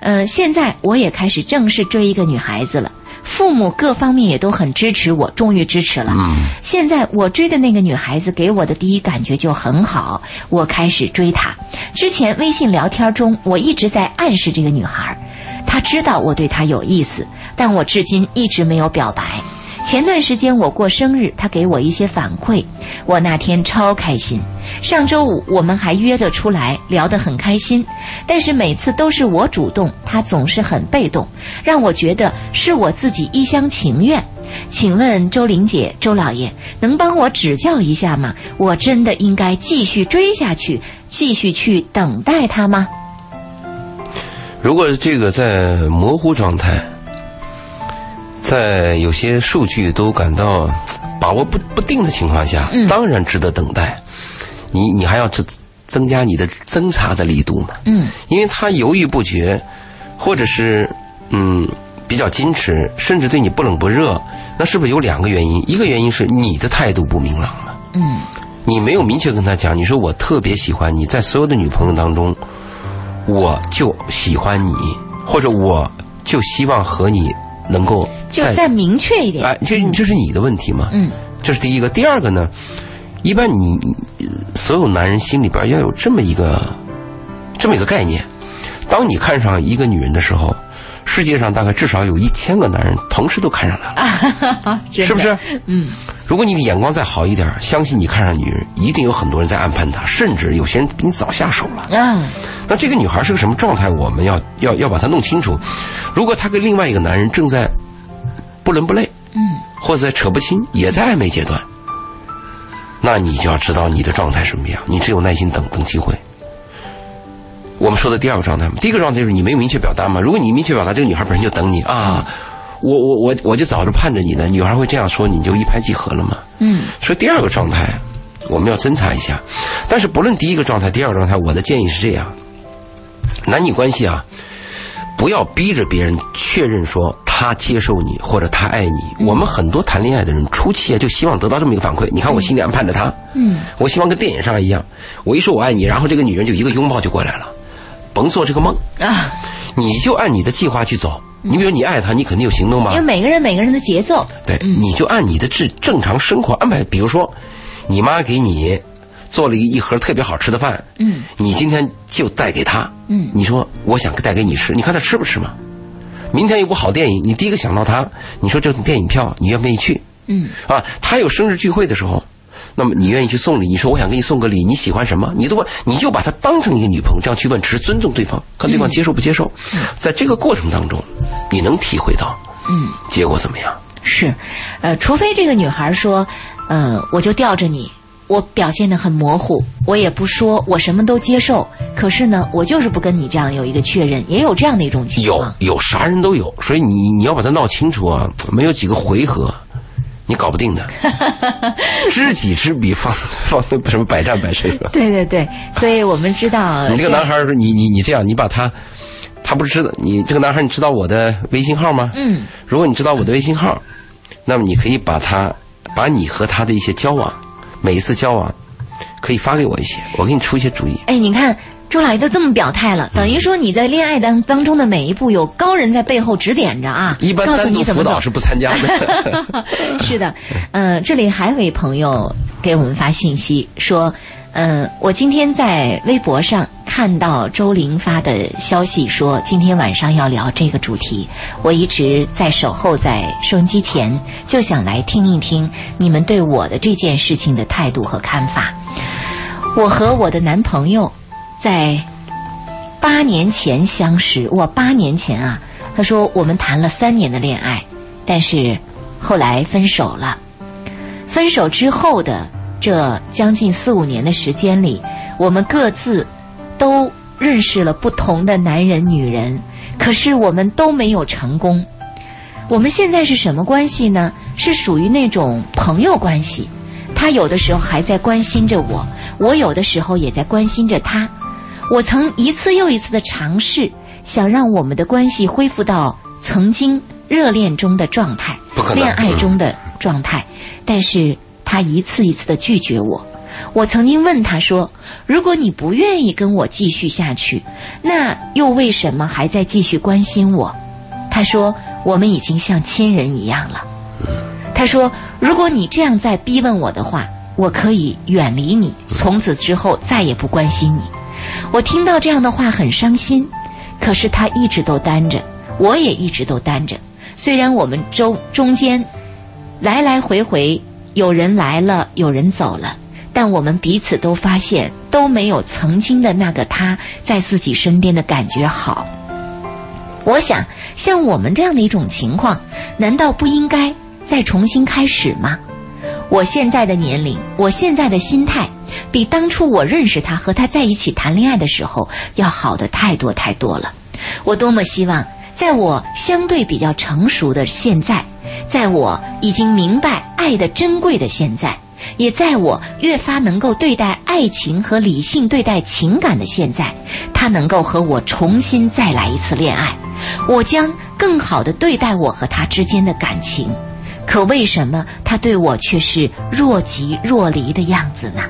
Speaker 2: 呃，现在我也开始正式追一个女孩子了，父母各方面也都很支持我，终于支持了。
Speaker 3: 嗯
Speaker 2: 现在我追的那个女孩子给我的第一感觉就很好，我开始追她。之前微信聊天中，我一直在暗示这个女孩儿，她知道我对她有意思，但我至今一直没有表白。前段时间我过生日，他给我一些反馈，我那天超开心。上周五我们还约了出来，聊得很开心，但是每次都是我主动，他总是很被动，让我觉得是我自己一厢情愿。请问周玲姐、周老爷，能帮我指教一下吗？我真的应该继续追下去，继续去等待他吗？
Speaker 3: 如果这个在模糊状态，在有些数据都感到嘖把握不不定的情况下，
Speaker 2: 嗯
Speaker 3: 当然值得等待。你你还要增增加你的侦查的力度嘛？
Speaker 2: 嗯，
Speaker 3: 因为他犹豫不决，或者是嗯比较矜持，甚至对你不冷不热，那是不是有两个原因？一个原因是你的态度不明朗嘛？
Speaker 2: 嗯，
Speaker 3: 你没有明确跟他讲，你说我特别喜欢你，在所有的女朋友当中，我就喜欢你，或者我就希望和你能够
Speaker 2: 就
Speaker 3: 在
Speaker 2: 再明确一点。
Speaker 3: 哎，这这是你的问题嘛？
Speaker 2: 嗯，
Speaker 3: 这是第一个。第二个呢，一般你呃所有男人心里边要有这么一个这么一个概念：当你看上一个女人的时候，世界上大概至少有一千个男人同时都看上她了，
Speaker 2: 啊真的
Speaker 3: 是不？是？嗯。如果你的眼光再好一点，相信你看上女人，一定有很多人在暗攀她，甚至有些人比你早下手了。
Speaker 2: 啊，
Speaker 3: 那这个女孩是个什么状态？我们要要要把她弄清楚。如果她跟另外一个男人正在不伦不类，
Speaker 2: 嗯，
Speaker 3: 或者在扯不清，也在暧昧阶段，那你就要知道你的状态什么样，你只有耐心等等机会。我们说的第二个状态嘛，第一个状态就是你没有明确表达嘛。如果你明确表达，这个女孩本身就等你啊，我我我我就早就盼着你呢。女孩会这样说，你就一拍即合了嘛。
Speaker 2: 嗯
Speaker 3: 所以第二个状态，我们要侦查一下。但是不论第一个状态、第二个状态，我的建议是这样：男女关系啊，不要逼着别人确认说他接受你或者他爱你。我们很多谈恋爱的人初期啊，就希望得到这么一个反馈。你看我心里安盼着他，
Speaker 2: 嗯，
Speaker 3: 我希望跟电影上一样，我一说我爱你，然后这个女人就一个拥抱就过来了，甭做这个梦，
Speaker 2: 啊，
Speaker 3: 你就按你的计划去走。你比如你爱他，你肯定有行动吧？
Speaker 2: 因为每个人每个人的嗯节奏，
Speaker 3: 对，你就按你的正正常生活安排，比如说，你妈给你做了一一盒特别好吃的饭，
Speaker 2: 嗯，
Speaker 3: 你今天就带给她，
Speaker 2: 嗯
Speaker 3: 你说我想带给你吃，你看她吃不吃嘛？明天有部好电影，你第一个想到她，你说这电影票你愿不愿意去？
Speaker 2: 嗯
Speaker 3: 啊，她有生日聚会的时候。那么你愿意去送礼？你说我想给你送个礼，你喜欢什么？你都问，你就把她当成一个女朋友这样去问，只是尊重对方，看对
Speaker 2: 嗯
Speaker 3: 方接受不接受。在这个过程当中，你能体会到
Speaker 2: 嗯。
Speaker 3: 结果怎么样？
Speaker 2: 是，呃，除非这个女孩说，呃，我就吊着你，我表现得很模糊，我也不说，我什么都接受，可是呢，我就是不跟你这样有一个确认，也有这样的一种情
Speaker 3: 有
Speaker 2: 况。
Speaker 3: 有啥人都有，所以你你要把它闹清楚啊，没有几个回合，你搞不定 的。知己知彼，方方什么百战百胜吧。
Speaker 2: 对对对，所以我们知道，
Speaker 3: 你这个男孩儿，你你你这样，你把他，他不是知道你这个男孩儿，你知道我的微信号吗？
Speaker 2: 嗯，
Speaker 3: 如果你知道我的微信号，那么你可以把他，把你和他的一些交往，每一次交往，可以发给我一些，我给你出一些主意。
Speaker 2: 哎，你看。周老爷都这么表态了，等于说你在恋爱当当中的每一步，有高人在背后指点着啊，
Speaker 3: 一般
Speaker 2: 告诉
Speaker 3: 单独
Speaker 2: 你怎
Speaker 3: 辅
Speaker 2: 么
Speaker 3: 导
Speaker 2: 走。
Speaker 3: 是不参加的。
Speaker 2: 是的，呃，这里还有一朋友给我们发信息说，呃，我今天在微博上看到周玲发的消息说，今天晚上要聊这个主题，我一直在守候在收音机前，就想来听一听你们对我的这件事情的态度和看法。我和我的男朋友在八年前相识，我八年前啊，他说我们谈了三年的恋爱，但是后来分手了。分手之后的这将近四五年的时间里，我们各自都认识了不同的男人、女人，可是我们都没有成功。我们现在是什么关系呢？是属于那种朋友关系，他有的时候还在关心着我，我有的时候也在关心着他。我曾一次又一次的尝试，想让我们的关系恢复到曾经热恋中的状态，
Speaker 3: 不不可能
Speaker 2: 恋爱中的状态，但是他一次一次的拒绝我。我曾经问他说：“如果你不愿意跟我继续下去，那又为什么还在继续关心我？”他说：“我们已经像亲人一样了。”
Speaker 3: 嗯
Speaker 2: 他说：“如果你这样再逼问我的话，我可以远离你，从此之后再也不关心你。”我听到这样的话很伤心，可是他一直都单着，我也一直都单着。虽然我们周中间来来回回有人来了，有人走了，但我们彼此都发现都没有曾经的那个他在自己身边的感觉好。我想，像我们这样的一种情况，难道不应该再重新开始吗？我现在的年龄，我现在的心态，比当初我认识他和他在一起谈恋爱的时候要好的太多太多了。我多么希望，在我相对比较成熟的现在，在我已经明白爱的珍贵的现在，也在我越发能够对待爱情和理性对待情感的现在，他能够和我重新再来一次恋爱，我将更好的对待我和他之间的感情。可为什么他对我却是若即若离的样子呢？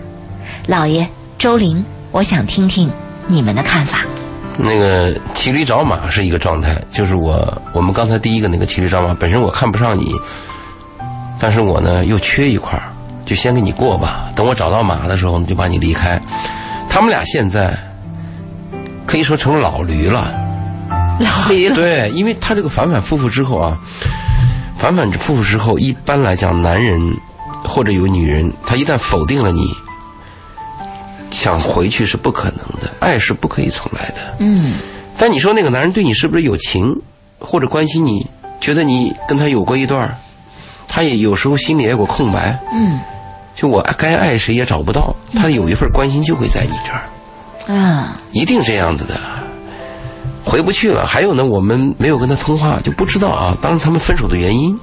Speaker 2: 老爷，周玲，我想听听你们的看法。
Speaker 3: 那个骑驴找马是一个状态，就是我我们刚才第一个那个骑驴找马，本身我看不上你，但是我呢又缺一块儿，就先给你过吧。等我找到马的时候，呢，就把你离开。他们俩现在可以说成老驴了。
Speaker 2: 老驴了，
Speaker 3: 对，因为他这个反反复复之后啊，反反复复之后，一般来讲，男人或者有女人，他一旦否定了你，想回去是不可能的，爱是不可以重来的。
Speaker 2: 嗯，
Speaker 3: 但你说那个男人对你是不是有情，或者关心你，觉得你跟他有过一段儿，他也有时候心里也有个空白。
Speaker 2: 嗯，
Speaker 3: 就我该爱谁也找不到，他有一份关心就会在你这儿。
Speaker 2: 啊，
Speaker 3: 一定这样子的，回不去了。还有呢，我们没有跟他通话，就不知道啊，当时他们分手的原因。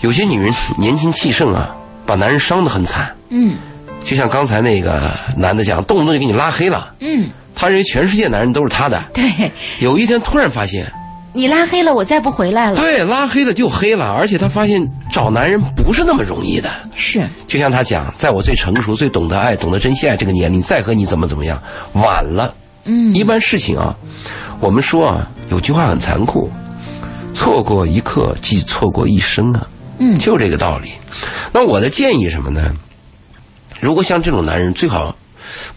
Speaker 3: 有些女人年轻气盛啊，把男人伤得很惨。
Speaker 2: 嗯
Speaker 3: 就像刚才那个男的讲，动不动就给你拉黑了，
Speaker 2: 嗯，
Speaker 3: 他认为全世界男人都是他的。
Speaker 2: 对
Speaker 3: 有一天突然发现，
Speaker 2: 你拉黑了，我再不回来了。
Speaker 3: 对，拉黑了就黑了，而且他发现找男人不是那么容易的。
Speaker 2: 是，
Speaker 3: 就像他讲，在我最成熟、最懂得爱、懂得珍惜爱这个年龄，再和你怎么怎么样，晚了。
Speaker 2: 嗯
Speaker 3: 一般事情啊，我们说啊，有句话很残酷，错过一刻即错过一生啊，
Speaker 2: 嗯
Speaker 3: 就这个道理。那我的建议什么呢？如果像这种男人，最好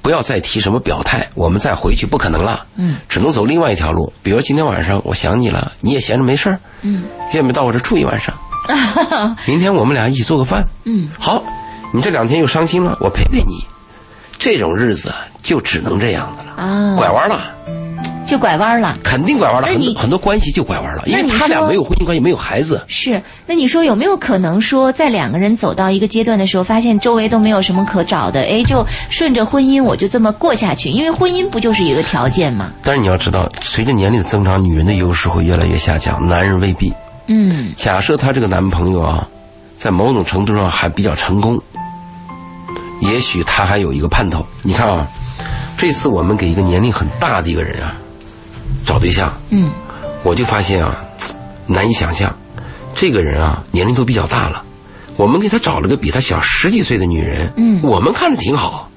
Speaker 3: 不要再提什么表态，我们再回去不可能了，
Speaker 2: 嗯，
Speaker 3: 只能走另外一条路。比如今天晚上我想你了，你也闲着没事儿，
Speaker 2: 嗯，
Speaker 3: 愿不愿到我这住一晚 上？明天我们俩一起做个饭，
Speaker 2: 嗯，
Speaker 3: 好，你这两天又伤心了，我陪陪你。这种日子啊就只能这样的了，
Speaker 2: 啊，
Speaker 3: 拐弯了。
Speaker 2: 就拐弯了。
Speaker 3: 肯定拐弯了，
Speaker 2: 那
Speaker 3: 很
Speaker 2: 你
Speaker 3: 多很多关系就拐弯了，因为
Speaker 2: 那你
Speaker 3: 他俩
Speaker 2: 说
Speaker 3: 没有婚姻关系，没有孩子，
Speaker 2: 是，那你说有没有可能说，在两个人走到一个阶段的时候，发现周围都没有什么可找的，哎，就顺着婚姻我就这么过下去？因为婚姻不就是一个条件吗？
Speaker 3: 但是你要知道，随着年龄的增长，女人的优势会越来越下降，男人未必。
Speaker 2: 嗯
Speaker 3: 假设她这个男朋友啊，在某种程度上还比较成功，也许他还有一个盼头。你看啊，这次我们给一个年龄很大的一个人啊找对象，
Speaker 2: 嗯，
Speaker 3: 我就发现啊，难以想象，这个人啊年龄都比较大了，我们给他找了个比他小十几岁的女人，
Speaker 2: 嗯
Speaker 3: 我们看着挺好，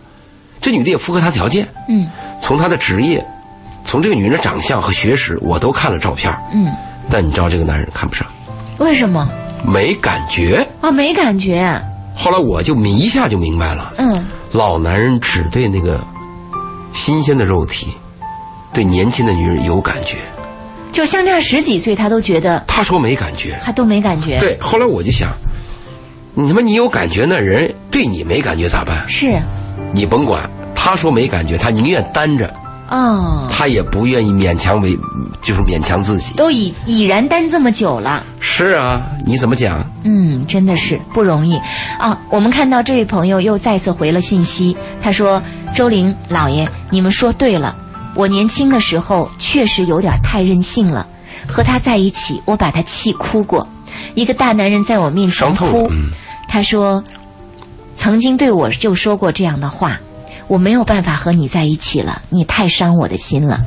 Speaker 3: 这女的也符合他条件，
Speaker 2: 嗯
Speaker 3: 从她的职业，从这个女人的长相和学识，我都看了照片儿，
Speaker 2: 嗯，
Speaker 3: 但你知道这个男人看不上，
Speaker 2: 为什么
Speaker 3: 没感觉。
Speaker 2: 啊？没感觉啊？
Speaker 3: 后来我就明一下就明白了，
Speaker 2: 嗯
Speaker 3: 老男人只对那个新鲜的肉体，对年轻的女人有感觉。，
Speaker 2: 就相差十几岁，他都觉得
Speaker 3: 他说没感觉，
Speaker 2: 他都没感觉。，
Speaker 3: 对。后来我就想，你他妈你有感觉那人对你没感觉咋办？
Speaker 2: 是，
Speaker 3: 你甭管，他说没感觉，他宁愿单着，
Speaker 2: 哦，
Speaker 3: 他也不愿意勉强为，就是勉强自己。
Speaker 2: 都已已然单这么久了。
Speaker 3: 是啊，你怎么讲？
Speaker 2: 嗯，真的是不容易啊！我们看到这位朋友又再次回了信息，他说：“周玲老爷，你们说对了，我年轻的时候确实有点太任性了，和他在一起，我把他气哭过，一个大男人在我面前
Speaker 3: 伤透
Speaker 2: 哭
Speaker 3: 了，，嗯，
Speaker 2: 他说，曾经对我就说过这样的话，我没有办法和你在一起了，你太伤我的心了。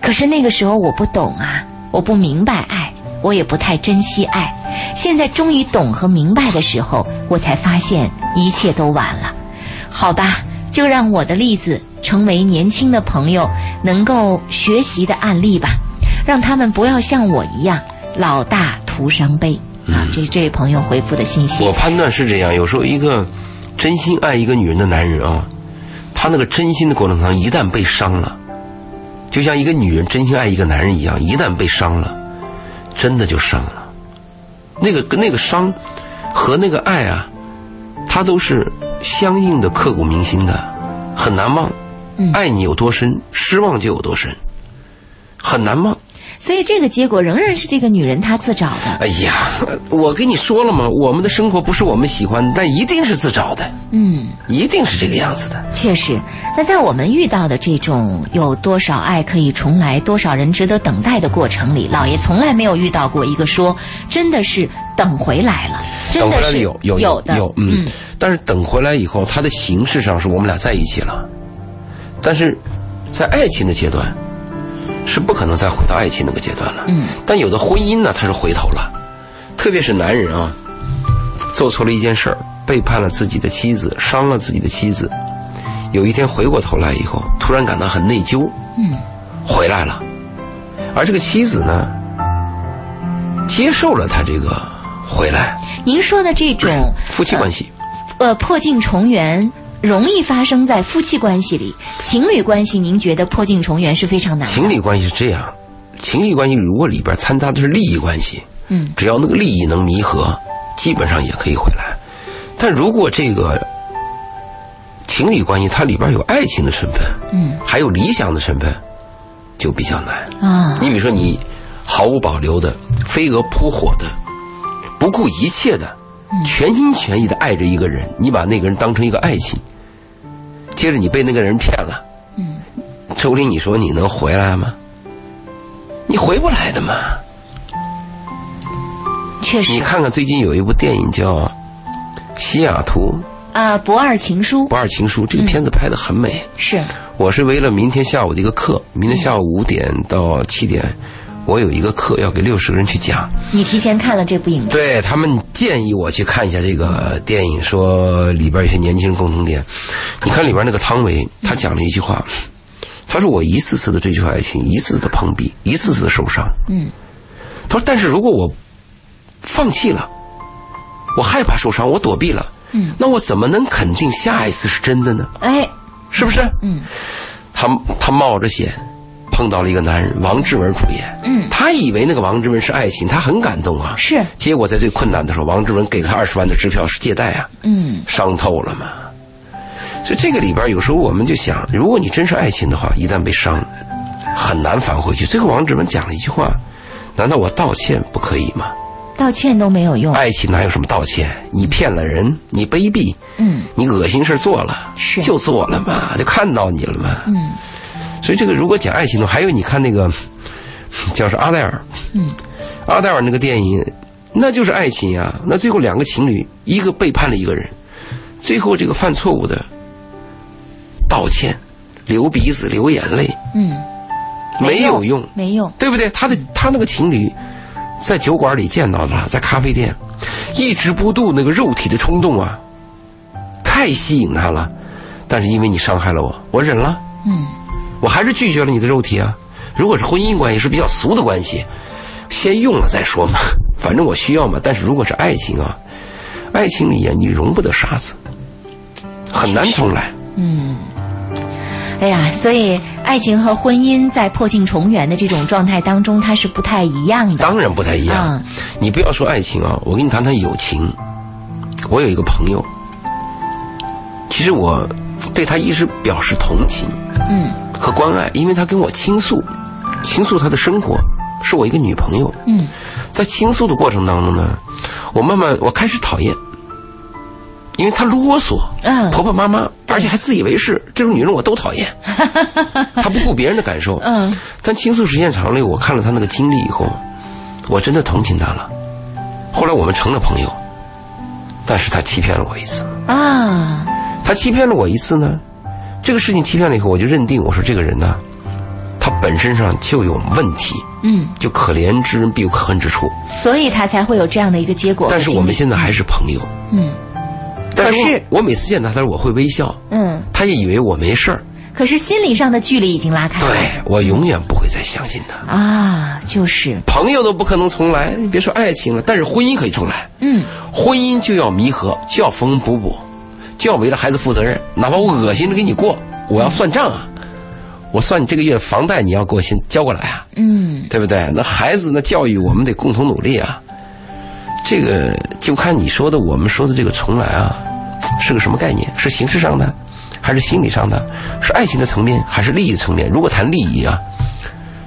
Speaker 2: 可是那个时候我不懂啊，我不明白爱，我也不太珍惜爱，现在终于懂和明白的时候，我才发现一切都晚了。好吧，就让我的例子成为年轻的朋友能够学习的案例吧，让他们不要像我一样老大徒伤悲。啊，这是这位朋友回复的信息
Speaker 3: 我。判断是这样，有时候一个真心爱一个女人的男人啊，他那个真心的过程当中，一旦被伤了，就像一个女人真心爱一个男人一样，一旦被伤了，真的就伤了。那个那个伤和那个爱啊，它都是相应的刻骨铭心的，很难忘。爱你有多深，失望就有多深，很难忘。
Speaker 2: 所以这个结果仍然是这个女人她自找的。
Speaker 3: 哎呀，我跟你说了嘛，我们的生活不是我们喜欢的，但一定是自找的。
Speaker 2: 嗯，
Speaker 3: 一定是这个样子的。
Speaker 2: 确实。那在我们遇到的这种有多少爱可以重来，多少人值得等待的过程里，老爷从来没有遇到过一个说真的是等回来了，真
Speaker 3: 等回
Speaker 2: 的
Speaker 3: 来
Speaker 2: 是
Speaker 3: 有有
Speaker 2: 的
Speaker 3: 有，嗯，但是等回来以后，它的形式上是我们俩在一起了，但是在爱情的阶段是不可能再回到爱情那个阶段了。
Speaker 2: 嗯，
Speaker 3: 但有的婚姻呢，它是回头了，特别是男人啊，做错了一件事儿，背叛了自己的妻子，伤了自己的妻子，有一天回过头来以后，突然感到很内疚，
Speaker 2: 嗯，
Speaker 3: 回来了，而这个妻子呢，接受了他这个回来。
Speaker 2: 您说的这种
Speaker 3: 夫妻关系，
Speaker 2: 呃破镜重圆。容易发生在夫妻关系里，情侣关系，您觉得破镜重圆是非常难的？
Speaker 3: 情侣关系是这样，情侣关系如果里边掺杂的是利益关系，
Speaker 2: 嗯，
Speaker 3: 只要那个利益能弥合，基本上也可以回来。但如果这个情侣关系它里边有爱情的成分，
Speaker 2: 嗯，
Speaker 3: 还有理想的成分，就比较难。
Speaker 2: 啊，
Speaker 3: 你比如说，你毫无保留的、飞蛾扑火的、不顾一切的、全心全意的爱着一个人，你把那个人当成一个爱情，接着你被那个人骗了，嗯，周林，你说你能回来吗？你回不来的嘛。
Speaker 2: 确实
Speaker 3: 你看看最近有一部电影叫《西雅图
Speaker 2: 啊，不二情书
Speaker 3: 不二情书》，这个片子拍的很美。
Speaker 2: 是
Speaker 3: 我是为了明天下午的一个课，明天下午五点到七点，我有一个课要给六十个人去讲。
Speaker 2: 你提前看了这部影片，
Speaker 3: 对他们建议我去看一下这个电影，说里边有些年轻人共同点。你看里边那个汤唯，他讲了一句话，他说：“我一次次的追求爱情，一次次的碰壁，一次次的受伤。”
Speaker 2: 嗯，
Speaker 3: 他说：“但是如果我放弃了，我害怕受伤，我躲避了，
Speaker 2: 嗯，
Speaker 3: 那我怎么能肯定下一次是真的呢？
Speaker 2: 哎，
Speaker 3: 是不是？
Speaker 2: 嗯，
Speaker 3: 他他冒着险碰到了一个男人，王志文主演。
Speaker 2: 嗯
Speaker 3: 他以为那个王志文是爱情，他很感动啊。
Speaker 2: 是
Speaker 3: 结果在最困难的时候，王志文给了他二十万的支票是借贷啊，
Speaker 2: 嗯。
Speaker 3: 伤透了嘛。所以这个里边有时候我们就想，如果你真是爱情的话，一旦被伤，很难返回去。最后王志文讲了一句话：“难道我道歉不可以吗？
Speaker 2: 道歉都没有用。
Speaker 3: 爱情哪有什么道歉？你骗了人，你卑鄙，
Speaker 2: 嗯，
Speaker 3: 你恶心事做了，
Speaker 2: 是
Speaker 3: 就做了嘛，就看到你了嘛。嗯，所以这个如果讲爱情的话，还有你看那个叫是阿黛尔，
Speaker 2: 嗯，
Speaker 3: 阿黛尔那个电影，那就是爱情呀、那最后两个情侣，一个背叛了一个人，最后这个犯错误的道歉，流鼻子流眼泪
Speaker 2: 嗯，
Speaker 3: 没有用，
Speaker 2: 没用。
Speaker 3: 对不对？他的他那个情侣在酒馆里见到的了，在咖啡店，抑制不住那个肉体的冲动啊，太吸引他了。但是因为你伤害了我，我忍了，
Speaker 2: 嗯，
Speaker 3: 我还是拒绝了你的肉体啊。如果是婚姻关系，是比较俗的关系，先用了再说嘛， 反正我需要嘛。但是如果是爱情啊，爱情里啊，你容不得杀死，很难重来。
Speaker 2: 哎呀，所以爱情和婚姻在破镜重圆的这种状态当中，它是不太一样的。
Speaker 3: 当然不太一样。
Speaker 2: 嗯
Speaker 3: 你不要说爱情啊，我跟你谈谈友情。我有一个朋友，其实我对他一直表示同情
Speaker 2: 嗯
Speaker 3: 和关爱，因为他跟我倾诉，倾诉他的生活，是我一个女朋友。
Speaker 2: 嗯，
Speaker 3: 在倾诉的过程当中呢，我慢慢我开始讨厌，因为她啰嗦。
Speaker 2: 嗯
Speaker 3: 婆婆妈妈，而且还自以为是，这种女人我都讨 厌。她不顾别人的感受。
Speaker 2: 嗯，
Speaker 3: 但倾诉时间长了，我看了她那个经历以后，我真的同情她了。后来我们成了朋友，但是她欺骗了我一次。
Speaker 2: 啊，
Speaker 3: 她欺骗了我一次呢，这个事情欺骗了以后，我就认定我说这个人呢、他本身上就有问题。
Speaker 2: 嗯，
Speaker 3: 就可怜之人必有可恨之处。
Speaker 2: 所以他才会有这样的一个结果。
Speaker 3: 但是我们现在还是朋友。
Speaker 2: 嗯
Speaker 3: 但
Speaker 2: 可是
Speaker 3: 我我每次见他，他说我会微笑，
Speaker 2: 嗯，
Speaker 3: 他就以为我没事儿。
Speaker 2: 可是心理上的距离已经拉开
Speaker 3: 对
Speaker 2: 了
Speaker 3: 我永远不会再相信他，
Speaker 2: 啊，就是
Speaker 3: 朋友都不可能重来，你别说爱情了，但是婚姻可以重来。
Speaker 2: 嗯，
Speaker 3: 婚姻就要弥合，就要缝缝补补，就要为了孩子负责任。哪怕我恶心着给你过，我要算账啊！我算你这个月房贷，你要给我先交过来啊，
Speaker 2: 嗯，
Speaker 3: 对不对？那孩子那教育，我们得共同努力啊。这个就看你说的，我们说的这个重来啊，是个什么概念？是形式上的，还是心理上的？是爱情的层面，还是利益的层面？如果谈利益啊，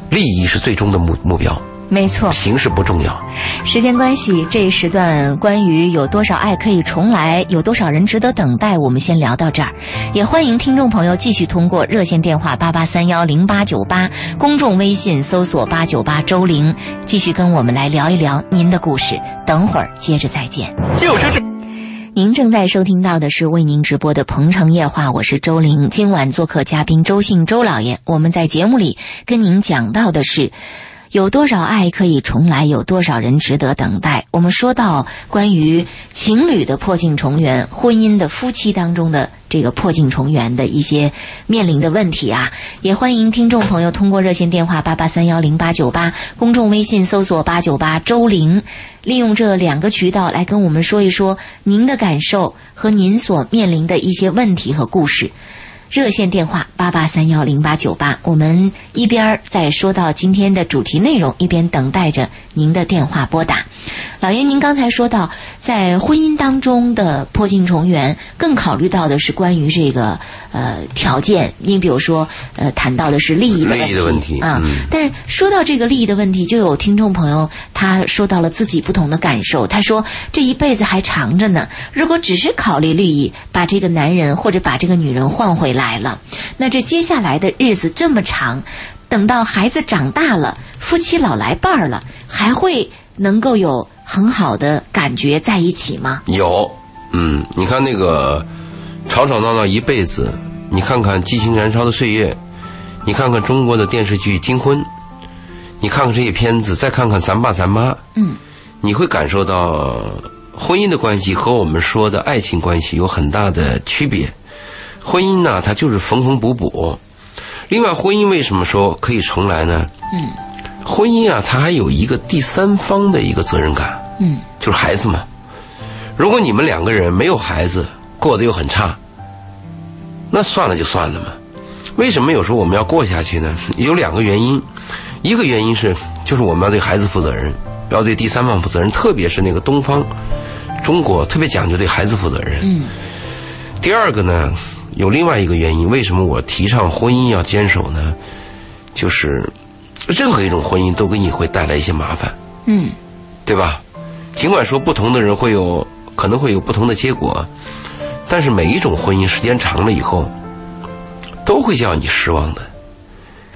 Speaker 3: 利益是最终的目目标，
Speaker 2: 没错。
Speaker 3: 形式不重要。
Speaker 2: 时间关系，这一时段关于有多少爱可以重来，有多少人值得等待，我们先聊到这儿。也欢迎听众朋友继续通过热线电话八八三幺零八九八，公众微信搜索八九八周玲，继续跟我们来聊一聊您的故事。等会儿接着再见。
Speaker 5: 就是这。
Speaker 2: 您正在收听到的是为您直播的《鹏城夜话》，我是周玲。今晚做客嘉宾周信周老爷，我们在节目里跟您讲到的是，有多少爱可以重来，有多少人值得等待。我们说到关于情侣的破镜重圆，婚姻的夫妻当中的这个破镜重圆的一些面临的问题啊，也欢迎听众朋友通过热线电话八八三幺零八九八，公众微信搜索八九八周玲，利用这两个渠道来跟我们说一说您的感受和您所面临的一些问题和故事。热线电话八八三幺零八九八，我们一边儿在说到今天的主题内容，一边等待着您的电话拨打。老爷，您刚才说到，在婚姻当中的破镜重圆，更考虑到的是关于这个呃条件，您比如说呃谈到的是利益的问题，
Speaker 3: 利益的问题
Speaker 2: 啊。
Speaker 3: 嗯
Speaker 2: 但说到这个利益的问题，就有听众朋友他说到了自己不同的感受，他说这一辈子还长着呢，如果只是考虑利益，把这个男人或者把这个女人换回来了，那这接下来的日子这么长，等到孩子长大了，夫妻老来伴儿了，还会能够有很好的感觉在一起吗？
Speaker 3: 有，嗯，你看那个吵吵闹闹一辈子，你看看《激情燃烧的岁月》，你看看中国的电视剧《金婚》，你看看这些片子，再看看《咱爸咱妈》，
Speaker 2: 嗯，
Speaker 3: 你会感受到婚姻的关系和我们说的爱情关系有很大的区别。婚姻呢，它就是缝缝补补。另外，婚姻为什么说可以重来呢？
Speaker 2: 嗯，
Speaker 3: 婚姻啊，它还有一个第三方的一个责任感。
Speaker 2: 嗯
Speaker 3: 就是孩子嘛。如果你们两个人没有孩子，过得又很差，那算了就算了嘛。为什么有时候我们要过下去呢？有两个原因，一个原因是就是我们要对孩子负责任，要对第三方负责任，特别是那个东方中国特别讲究对孩子负责任。
Speaker 2: 嗯。
Speaker 3: 第二个呢，有另外一个原因，为什么我提倡婚姻要坚守呢？就是任何一种婚姻都给你会带来一些麻烦。
Speaker 2: 嗯
Speaker 3: 对吧？尽管说不同的人会有可能会有不同的结果，但是每一种婚姻时间长了以后，都会叫你失望的，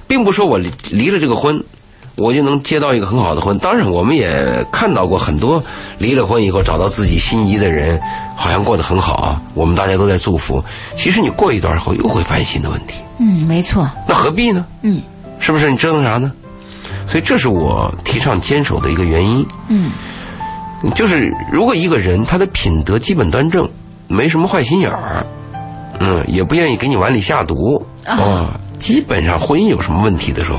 Speaker 3: 并不说我离离了这个婚，我就能接到一个很好的婚。当然，我们也看到过很多离了婚以后找到自己心仪的人，好像过得很好啊，我们大家都在祝福。其实你过一段后又会发现新的问题，
Speaker 2: 嗯，没错，
Speaker 3: 那何必呢？
Speaker 2: 嗯
Speaker 3: 是不是？你折腾啥呢？所以这是我提倡坚守的一个原因。
Speaker 2: 嗯
Speaker 3: 就是如果一个人他的品德基本端正，没什么坏心眼儿，嗯，也不愿意给你碗里下毒啊、基本上婚姻有什么问题的时候，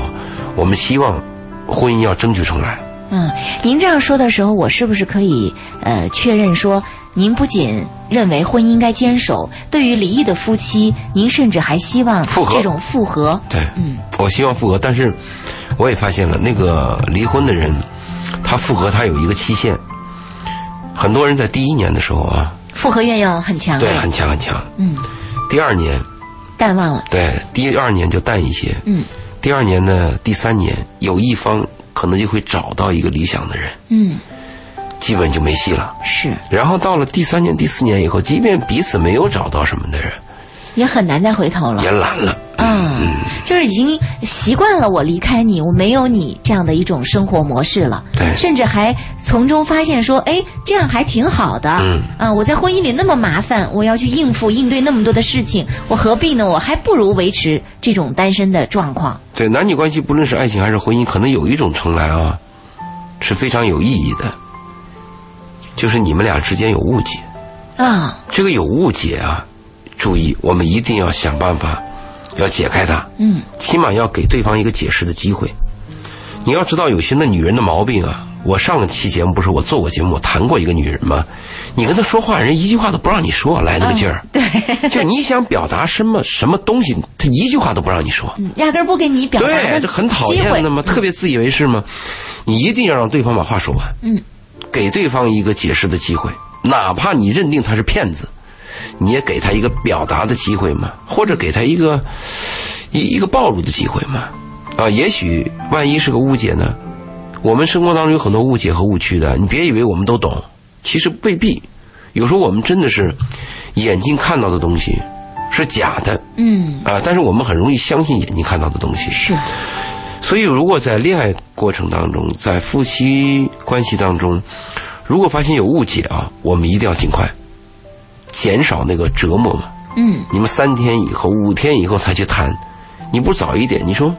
Speaker 3: 我们希望婚姻要争取重来。
Speaker 2: 嗯。您这样说的时候，我是不是可以呃确认说，您不仅认为婚姻应该坚守，对于离异的夫妻，您甚至还希望
Speaker 3: 复合
Speaker 2: 这种复合？
Speaker 3: 对，
Speaker 2: 嗯
Speaker 3: 我希望复合，但是我也发现了，那个离婚的人，他复合他有一个期限，很多人在第一年的时候啊，
Speaker 2: 复合愿要很强
Speaker 3: 对，
Speaker 2: 烈，
Speaker 3: 很强很强，
Speaker 2: 嗯，
Speaker 3: 第二年，
Speaker 2: 淡忘了，
Speaker 3: 对，第二年就淡一些，
Speaker 2: 嗯
Speaker 3: 第二年呢，第三年有一方可能就会找到一个理想的人，
Speaker 2: 嗯，
Speaker 3: 基本就没戏了。
Speaker 2: 是，
Speaker 3: 然后到了第三年、第四年以后，即便彼此没有找到什么的人，
Speaker 2: 也很难再回头了
Speaker 3: 也。懒了。
Speaker 2: 嗯，就是已经习惯了我离开你，我没有你这样的一种生活模式了。
Speaker 3: 对
Speaker 2: 甚至还从中发现说，哎，这样还挺好的。
Speaker 3: 嗯，
Speaker 2: 啊，我在婚姻里那么麻烦，我要去应付应对那么多的事情，我何必呢？我还不如维持这种单身的状况。
Speaker 3: 对，男女关系不论是爱情还是婚姻，可能有一种重来啊，是非常有意义的，就是你们俩之间有误解。
Speaker 2: 啊，
Speaker 3: 这个有误解啊，注意，我们一定要想办法要解开它。
Speaker 2: 嗯，
Speaker 3: 起码要给对方一个解释的机会。你要知道，有些那女人的毛病啊，我上了期节目不是我做过节目，我谈过一个女人吗？你跟她说话，人一句话都不让你说，来那个劲儿。对，就你想表达什么什么东西，她一句话都不让你说。
Speaker 2: 嗯压根儿不给你表达
Speaker 3: 对，
Speaker 2: 的
Speaker 3: 这很讨
Speaker 2: 机会嗯
Speaker 3: 厌的嘛，特别自以为是嘛。你一定要让对方把话说完，
Speaker 2: 嗯，
Speaker 3: 给对方一个解释的机会，哪怕你认定他是骗子，你也给他一个表达的机会嘛，或者给他一个一一个暴露的机会嘛。啊，也许万一是个误解呢？我们生活当中有很多误解和误区的，你别以为我们都懂，其实未必。有时候我们真的是眼睛看到的东西是假的
Speaker 2: 嗯，
Speaker 3: 啊，但是我们很容易相信眼睛看到的东西。
Speaker 2: 是，
Speaker 3: 所以，如果在恋爱过程当中，在夫妻关系当中，如果发现有误解啊，我们一定要尽快减少那个折磨嘛。
Speaker 2: 嗯
Speaker 3: 你们三天以后、五天以后才去谈，你不早一点？你说，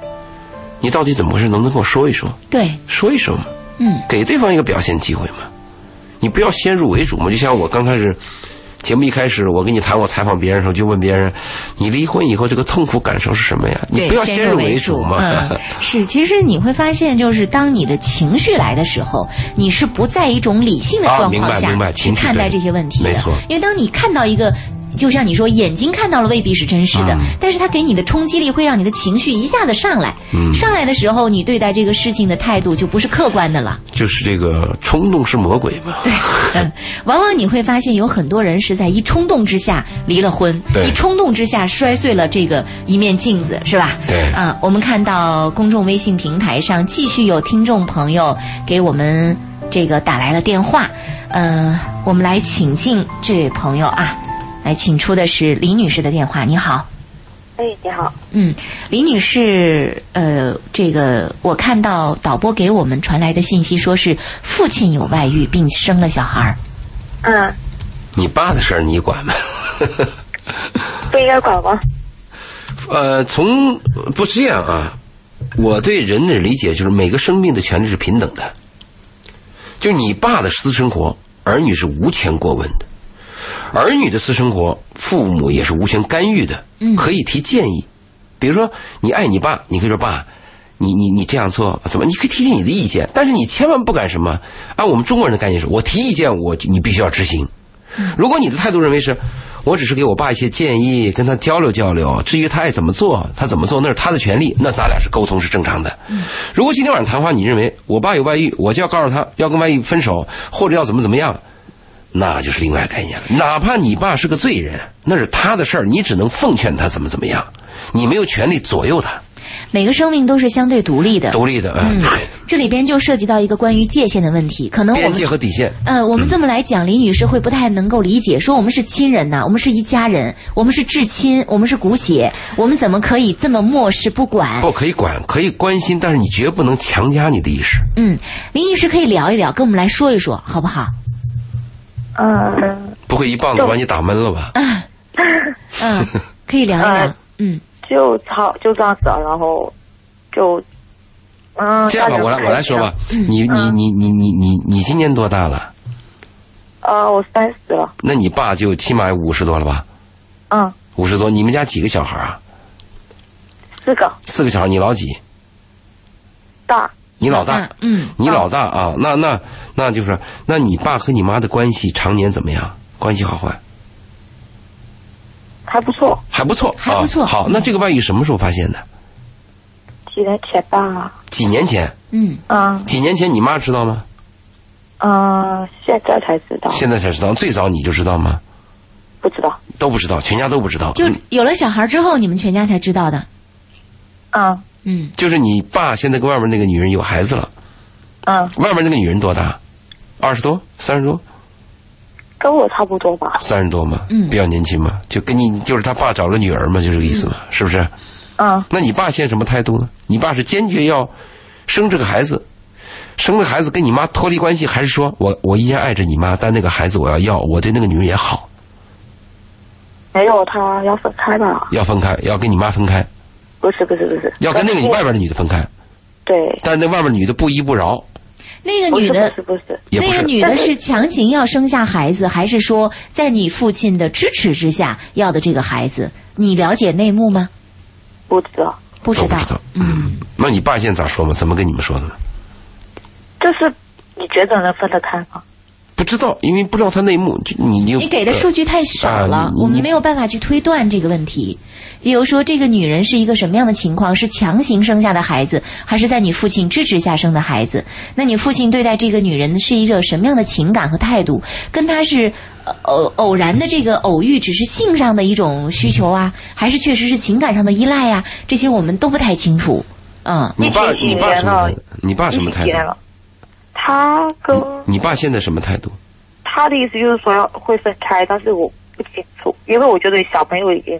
Speaker 3: 你到底怎么回事？能不能跟我说一说？
Speaker 2: 对，
Speaker 3: 说一声嘛，
Speaker 2: 嗯
Speaker 3: 给对方一个表现机会嘛。你不要先入为主嘛。就像我刚开始节目一开始，我跟你谈我采访别人的时候，就问别人，你离婚以后这个痛苦感受是什么呀？你
Speaker 2: 对，
Speaker 3: 不要
Speaker 2: 先
Speaker 3: 先入
Speaker 2: 为
Speaker 3: 为主嘛。
Speaker 2: 嗯，是，其实你会发现，就是当你的情绪来的时候，你是不在一种理性的
Speaker 3: 啊
Speaker 2: 状
Speaker 3: 明
Speaker 2: 况
Speaker 3: 白
Speaker 2: 下、
Speaker 3: 明白
Speaker 2: 去
Speaker 3: 情绪
Speaker 2: 看待
Speaker 3: 对
Speaker 2: 这些问题的。
Speaker 3: 没错
Speaker 2: 因为当你看到一个。就像你说，眼睛看到了未必是真实
Speaker 3: 嗯
Speaker 2: 的，但是它给你的冲击力会让你的情绪一下子上来。
Speaker 3: 嗯
Speaker 2: 上来的时候，你对待这个事情的态度就不是客观的了。
Speaker 3: 就是这个冲动是魔鬼嘛。对，
Speaker 2: 嗯，往往你会发现有很多人是在一冲动之下离了婚，
Speaker 3: 对
Speaker 2: 一冲动之下摔碎了这个一面镜子，是吧？
Speaker 3: 对
Speaker 2: 啊，我们看到公众微信平台上继续有听众朋友给我们这个打来了电话，呃，我们来请进这位朋友啊，来请出的是李女士的电话，你好。
Speaker 5: 哎，你好，
Speaker 2: 嗯，李女士，呃，这个我看到导播给我们传来的信息，说是父亲有外遇并生了小孩儿。
Speaker 5: 嗯，
Speaker 3: 你爸的事儿你管吗？
Speaker 5: 不应该管吗？
Speaker 3: 呃，从不是这样啊。我对人的理解就是每个生命的权利是平等的，就你爸的私生活，儿女是无权过问的；儿女的私生活，父母也是无权干预的，可以提建议。比如说，你爱你爸，你可以说爸，你你你这样做怎么？你可以提提你的意见，但是你千万不敢什么。按我们中国人的概念是，我提意见，我你必须要执行。如果你的态度认为是，我只是给我爸一些建议，跟他交流交流，至于他爱怎么做，他怎么做那是他的权利，那咱俩是沟通是正常的。如果今天晚上谈话，你认为我爸有外遇，我就要告诉他要跟外遇分手，或者要怎么怎么样，那就是另外概念了。哪怕你爸是个罪人，那是他的事儿，你只能奉劝他怎么怎么样，你没有权利左右他，
Speaker 2: 每个生命都是相对独立的，
Speaker 3: 独立的，嗯，
Speaker 2: 这里边就涉及到一个关于界限的问题。可能我
Speaker 3: 边
Speaker 2: 们
Speaker 3: 界和底线。
Speaker 2: 呃，我们这么来讲，李女士会不太能够理解，说我们是亲人呐、我们是一家人，我们是至亲，我们是骨血，我们怎么可以这么漠视不管？
Speaker 3: 不可以管，可以关心，但是你绝不能强加你的意识。
Speaker 2: 嗯，李女士可以聊一聊，跟我们来说一说，好不 好？
Speaker 5: 嗯，
Speaker 3: 不会一棒子把你打闷了吧？
Speaker 2: 嗯，可以聊一
Speaker 3: 哎
Speaker 2: 聊
Speaker 5: 呃。
Speaker 2: 嗯，
Speaker 5: 就操，就这样子，然后就，嗯，
Speaker 3: 这样吧，
Speaker 5: 大致
Speaker 3: 我来我来说吧。
Speaker 2: 嗯
Speaker 3: 你你你你你你你今年多大了？
Speaker 5: 呃，我三十了，
Speaker 3: 那你爸就起码五十多了吧？
Speaker 5: 嗯，
Speaker 3: 五十多，你们家几个小孩啊？
Speaker 5: 四个
Speaker 3: 四个小孩，你老几？
Speaker 5: 大，
Speaker 3: 你老
Speaker 2: 那
Speaker 3: 大，
Speaker 2: 嗯，
Speaker 3: 你老大啊？那那那就是，那你爸和你妈的关系常年怎么样？关系好坏？
Speaker 5: 还不错，
Speaker 3: 还不错，
Speaker 2: 还不错
Speaker 3: 啊。好，那这个外遇什么时候发现的？
Speaker 5: 几年前吧，
Speaker 3: 几年前？
Speaker 2: 嗯，
Speaker 5: 嗯
Speaker 3: 几年前你妈知道吗？
Speaker 5: 嗯，现在才知道，
Speaker 3: 现在才知道，最早你就知道吗？
Speaker 5: 不知道，
Speaker 3: 都不知道，全家都不知道。
Speaker 2: 就
Speaker 3: 嗯
Speaker 2: 有了小孩之后，你们全家才知道的。
Speaker 5: 嗯
Speaker 2: 嗯，
Speaker 3: 就是你爸现在跟外面那个女人有孩子了，
Speaker 5: 嗯，
Speaker 3: 外面那个女人多大？二十多？三十多？
Speaker 5: 跟我差不多吧，
Speaker 3: 三十多嘛，
Speaker 2: 嗯
Speaker 3: 比较年轻嘛，就跟你就是他爸找了女儿嘛，就这个意思嘛，是不是？
Speaker 5: 嗯，
Speaker 3: 那你爸现在什么态度呢？你爸是坚决要生这个孩子，生了孩子跟你妈脱离关系，还是说我我依然爱着你妈，但那个孩子我要要，我对那个女人也好，
Speaker 5: 没有他要分开吧？
Speaker 3: 要分开，要跟你妈分开，
Speaker 5: 不是不是不是，
Speaker 3: 要跟那个
Speaker 5: 但是
Speaker 3: 你外边的女的分开，
Speaker 5: 对，
Speaker 3: 但那外边的女的不依不饶，
Speaker 2: 那个
Speaker 3: 哦
Speaker 5: 不
Speaker 2: 女
Speaker 5: 是
Speaker 2: 的
Speaker 5: 不是不是，
Speaker 3: 也不
Speaker 2: 那
Speaker 3: 是
Speaker 2: 个女的是强行要生下孩子，还是说在你父亲的支持之下要的这个孩子？你了解内幕吗？
Speaker 5: 不知道，
Speaker 2: 不知
Speaker 3: 都不
Speaker 2: 道
Speaker 3: 知。道。嗯，那你爸现在咋说嘛？怎么跟你们说的呢？
Speaker 5: 就是你觉得能分得开吗？
Speaker 3: 不知道，因为不知道他内幕，就呃你你
Speaker 2: 你给的数据太少了
Speaker 3: 啊，你
Speaker 2: 我们
Speaker 3: 你
Speaker 2: 没有办法去推断这个问题。比如说，这个女人是一个什么样的情况？是强行生下的孩子，还是在你父亲支持下生的孩子？那你父亲对待这个女人是一个什么样的情感和态度？跟她是呃偶偶然的这个偶遇，只是性上的一种需求啊，还是确实是情感上的依赖啊？这些我们都不太清楚。嗯，
Speaker 3: 你爸
Speaker 5: 一起
Speaker 3: 你爸什么态
Speaker 5: 几
Speaker 2: 哦
Speaker 3: 度？你爸什么态
Speaker 5: 一起见
Speaker 3: 度嗯
Speaker 5: 了？他跟
Speaker 3: 你爸现在什么态度？
Speaker 5: 他的意思就是说要会分开，但是我不清楚，因为我觉得小朋友已经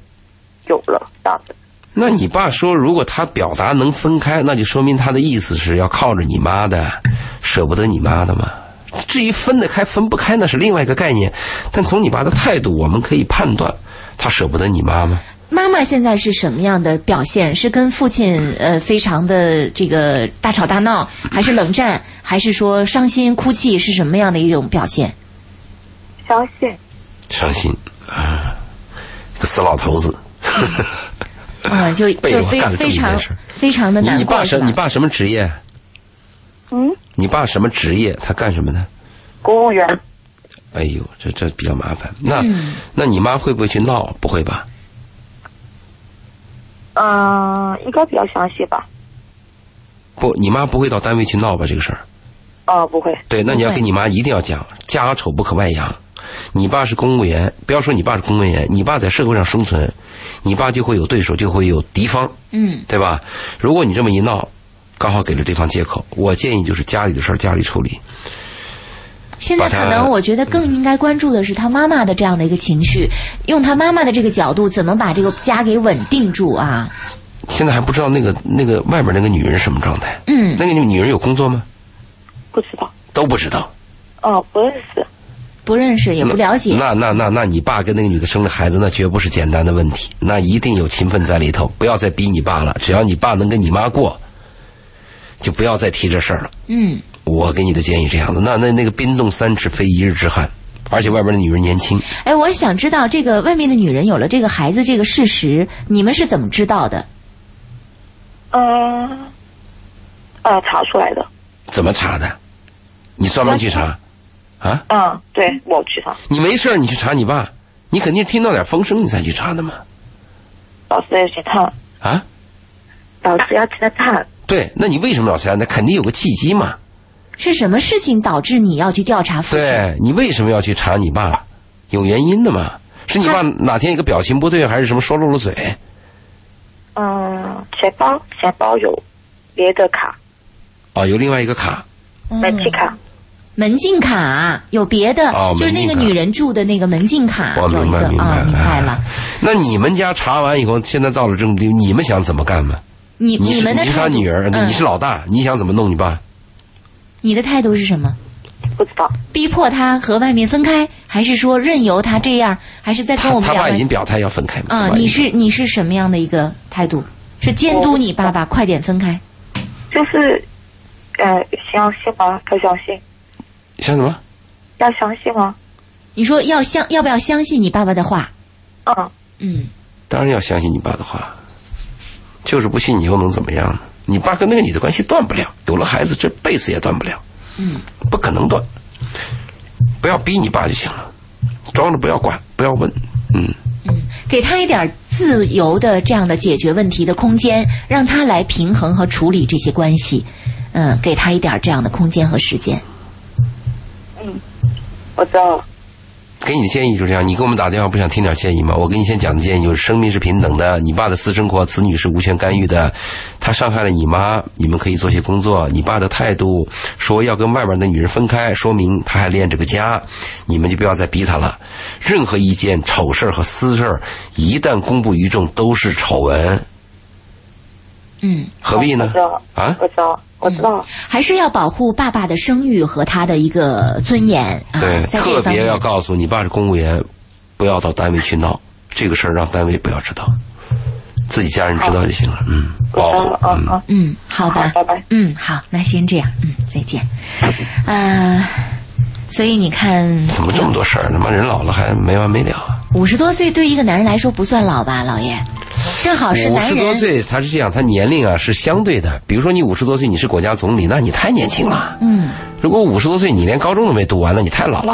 Speaker 5: 有了这样子。
Speaker 3: 那你爸说，如果他表达能分开，那就说明他的意思是要靠着你妈的，舍不得你妈的嘛。至于分得开分不开，那是另外一个概念。但从你爸的态度，我们可以判断他舍不得你妈吗？
Speaker 2: 妈妈现在是什么样的表现？是跟父亲呃非常的这个大吵大闹，还是冷战，还是说伤心哭泣？是什么样的一种表现？
Speaker 5: 相信
Speaker 3: 伤心啊，个死老头子。
Speaker 2: 啊、就
Speaker 3: 被
Speaker 2: 就
Speaker 3: 我
Speaker 2: 非
Speaker 3: 干了这么
Speaker 2: 非
Speaker 3: 一
Speaker 2: 常
Speaker 3: 件事
Speaker 2: 非常的
Speaker 3: 你
Speaker 2: 难
Speaker 3: 你
Speaker 2: 过
Speaker 3: 爸
Speaker 2: 是
Speaker 3: 什
Speaker 2: 吧
Speaker 3: 你爸什么职业？
Speaker 5: 嗯，
Speaker 3: 你爸什么职业？他干什么的？
Speaker 5: 公务员
Speaker 3: 哎呦，这这比较麻烦。那、那你妈会不会去闹？不会吧？
Speaker 5: 嗯、应该比较详细吧？
Speaker 3: 不，你妈不会到单位去闹吧？这个事儿。
Speaker 5: 啊、不会，
Speaker 3: 对，那你要
Speaker 2: 不会
Speaker 3: 跟你妈一定要讲，家丑不可外扬。你爸是公务员，不要说你爸是公务员，你爸在社会上生存，你爸就会有对手，就会有敌方，
Speaker 2: 嗯，
Speaker 3: 对吧？如果你这么一闹，刚好给了对方借口。我建议就是家里的事儿家里处理。
Speaker 2: 现在
Speaker 3: 把
Speaker 2: 可
Speaker 3: 他
Speaker 2: 能我觉得更应该关注的是他妈妈的这样的一个情绪，用他妈妈的这个角度，怎么把这个家给稳定住啊？
Speaker 3: 现在还不知道那个那个外边那个女人什么状态，
Speaker 2: 嗯，
Speaker 3: 那个女人有工作吗？
Speaker 5: 不知道，
Speaker 3: 都不知道。
Speaker 5: 啊、不认识，
Speaker 2: 不认识也不了解，
Speaker 3: 那那那那你爸跟那个女的生了孩子，那绝不是简单的问题，那一定有勤奋在里头。不要再逼你爸了，只要你爸能跟你妈过，就不要再提这事儿了。
Speaker 2: 嗯，
Speaker 3: 我给你的建议这样子，那那那个冰冻三尺非一日之寒，而且外边的女人年轻，
Speaker 2: 哎，我想知道这个外面的女人有了这个孩子这个事实，你们是怎么知道的？
Speaker 5: 嗯、呃，查出来的，
Speaker 3: 怎么查的？你专门去查啊？
Speaker 5: 嗯，对我去查，
Speaker 3: 你没事儿你去查你爸，你肯定听到点风声你才去查的嘛？
Speaker 5: 老师要去探，
Speaker 3: 啊？
Speaker 5: 老师要去探，
Speaker 3: 对，那你为什么老查？那肯定有个契机嘛。
Speaker 2: 是什么事情导致你要去调查父亲？
Speaker 3: 对你为什么要去查你爸？有原因的嘛？是你爸哪天一个表情不对，还是什么说漏了嘴？
Speaker 5: 嗯，钱包钱包有别的卡，
Speaker 3: 哦，有另外一个卡，
Speaker 5: 煤气卡，
Speaker 2: 门禁卡有别的，
Speaker 3: 哦
Speaker 2: 就是那个
Speaker 3: 门禁卡
Speaker 2: 女人住的那个门禁卡
Speaker 3: 我
Speaker 2: 有一
Speaker 3: 明白
Speaker 2: 个
Speaker 3: 明白
Speaker 2: 啊，明白了。
Speaker 3: 那你们家查完以后，现在到了这么地步，你们想怎么干嘛？
Speaker 2: 你
Speaker 3: 你是
Speaker 2: 们的
Speaker 3: 你是
Speaker 2: 态
Speaker 3: 他
Speaker 2: 度，
Speaker 3: 女儿，
Speaker 2: 嗯
Speaker 3: 你是老大，你想怎么弄你爸？
Speaker 2: 你的态度是什么？
Speaker 5: 不知道，
Speaker 2: 逼迫他和外面分开，还是说任由他这样？还是在跟
Speaker 3: 他
Speaker 2: 我们
Speaker 3: 他
Speaker 2: 聊
Speaker 3: 爸已
Speaker 2: 完
Speaker 3: 经？表态要分开嘛？
Speaker 2: 啊、
Speaker 3: 他爸已经
Speaker 2: 你是你是什么样的一个态度？是监督你爸爸快点分开？
Speaker 5: 就是，呃，相信吗？可相信？
Speaker 3: 想什么？
Speaker 5: 要相信吗？
Speaker 2: 你说要相要不要相信你爸爸的话？
Speaker 5: 嗯，
Speaker 2: 嗯，
Speaker 3: 当然要相信你爸的话，就是不信你又能怎么样呢？你爸跟那个女的关系断不了，有了孩子这辈子也断不了，嗯，不可能断。不要逼你爸就行了，装着不要管，不要问，嗯，
Speaker 2: 给他一点自由的这样的解决问题的空间，让他来平衡和处理这些关系。嗯，给他一点这样的空间和时间。
Speaker 5: 我知道了。
Speaker 3: 给你的建议就是这样。你给我们打电话不想听点建议吗？我给你先讲的建议就是：生命是平等的，你爸的私生活，子女是无权干预的。他伤害了你妈，你们可以做些工作。你爸的态度说要跟外面的女人分开，说明他还恋着个家，你们就不要再逼他了。任何一件丑事儿和私事儿，一旦公布于众，都是丑闻，
Speaker 2: 嗯，
Speaker 3: 何必呢
Speaker 5: 我知？道，
Speaker 3: 啊，
Speaker 5: 我知道，我知道，
Speaker 2: 还是要保护爸爸的声誉和他的一个尊严啊。
Speaker 3: 对，
Speaker 2: 在
Speaker 3: 特
Speaker 2: 这方
Speaker 3: 别
Speaker 2: 面
Speaker 3: 要告诉你爸是公务员，不要到单位去闹这个事儿，让单位不要知道，自己家人知道就行了。嗯，保
Speaker 5: 嗯
Speaker 3: 护，
Speaker 5: 嗯嗯，
Speaker 2: 嗯，好的，
Speaker 5: 好拜拜
Speaker 2: 嗯，好，那先这样，嗯，再见。呃，所以你看，
Speaker 3: 怎么这么多事儿？他妈人老了还没完没了。啊
Speaker 2: 五十多岁对一个男人来说不算老吧，老爷？正好哦是
Speaker 3: 五
Speaker 2: 男
Speaker 3: 十多
Speaker 2: 人，
Speaker 3: 岁，他是这样，他年龄啊是相对的。比如说你五十多岁，你是国家总理，那你太年轻了。
Speaker 2: 嗯，
Speaker 3: 如果五十多岁你连高中都没读完，那你太 老了。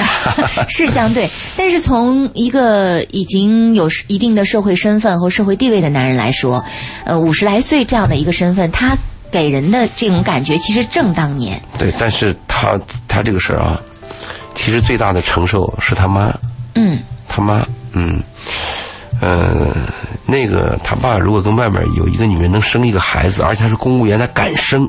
Speaker 2: 是相对，但是从一个已经有一定的社会身份和社会地位的男人来说，呃，五十来岁这样的一个身份，他给人的这种感觉其实正当年。
Speaker 3: 对，但是他他这个事儿啊，其实最大的承受是他妈。
Speaker 2: 嗯
Speaker 3: 他妈，嗯，呃，那个他爸如果跟外面有一个女人能生一个孩子，而且他是公务员，他敢生，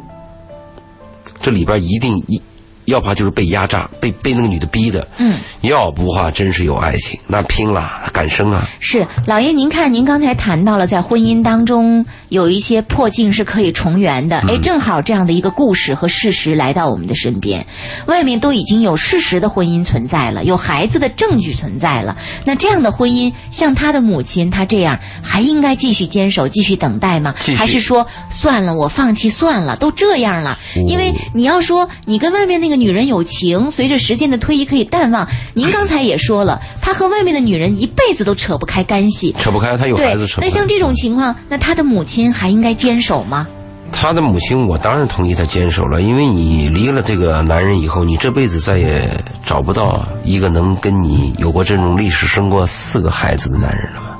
Speaker 3: 这里边一定一，要不就是被压榨，被被那个女的逼的，
Speaker 2: 嗯，
Speaker 3: 要不话真是有爱情，那拼了，敢生啊，
Speaker 2: 是，老爷，您看，您刚才谈到了在婚姻当中有一些破镜是可以重圆
Speaker 3: 嗯
Speaker 2: 的，哎，正好这样的一个故事和事实来到我们的身边，外面都已经有事实的婚姻存在了，有孩子的证据存在了，那这样的婚姻，像他的母亲，他这样还应该继续坚守、继续等待吗
Speaker 3: 继？续
Speaker 2: 还是说算了，我放弃算了，都这样了？
Speaker 3: 哦
Speaker 2: 因为你要说你跟外面那个女人有情，随着时间的推移可以淡忘。您刚才也说了，他和外面的女人一辈子都扯不开干系。
Speaker 3: 扯不开，啊他有
Speaker 2: 对
Speaker 3: 孩子，扯不
Speaker 2: 那
Speaker 3: 开
Speaker 2: 像。这种情况，那他的母亲还应该坚守吗？
Speaker 3: 嗯他的母亲，我当然同意他坚守了，因为你离了这个男人以后，你这辈子再也找不到一个能跟你有过这种历史、生过四个孩子的男人了吧？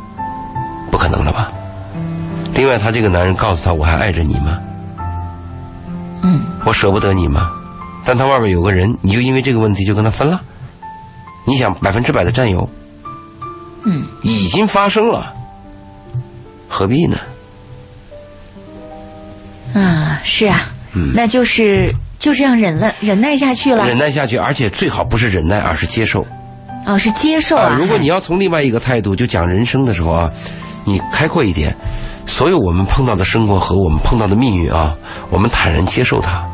Speaker 3: 不可能了吧？另外，他这个男人告诉他：“我还爱着你吗？
Speaker 2: 嗯，
Speaker 3: 我舍不得你吗？”但他外面有个人，你就因为这个问题就跟他分了？你想百分之百的占有，
Speaker 2: 嗯，
Speaker 3: 已经发生了，何必呢？
Speaker 2: 啊，是啊，那就是就这样忍了，忍耐下去了
Speaker 3: 嗯忍。耐下去，而且最好不是忍耐，而是接受。
Speaker 2: 哦，是接受
Speaker 3: 啊
Speaker 2: 啊。。
Speaker 3: 如果你要从另外一个态度，就讲人生的时候啊，你开阔一点，所有我们碰到的生活和我们碰到的命运啊，我们坦然接受它，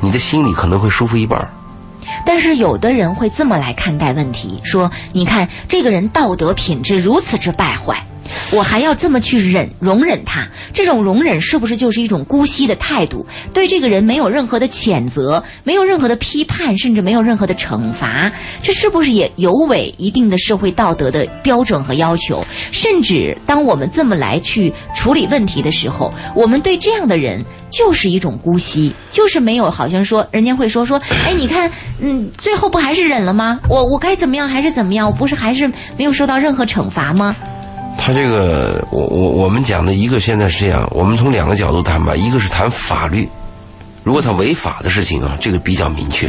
Speaker 3: 你的心里可能会舒服一半儿。
Speaker 2: 但是有的人会这么来看待问题，说：你看这个人道德品质如此之败坏，我还要这么去忍容忍他，这种容忍是不是就是一种姑息的态度？对这个人没有任何的谴责，没有任何的批判，甚至没有任何的惩罚，这是不是也有违一定的社会道德的标准和要求？甚至当我们这么来去处理问题的时候，我们对这样的人就是一种姑息，就是没有好像说人家会说说，哎，你看，嗯，最后不还是忍了吗？我我该怎么样还是怎么样？我不是还是没有受到任何惩罚吗？
Speaker 3: 他这个，我我我们讲的一个现在是这样，我们从两个角度谈吧，一个是谈法律，如果他违法的事情啊，这个比较明确，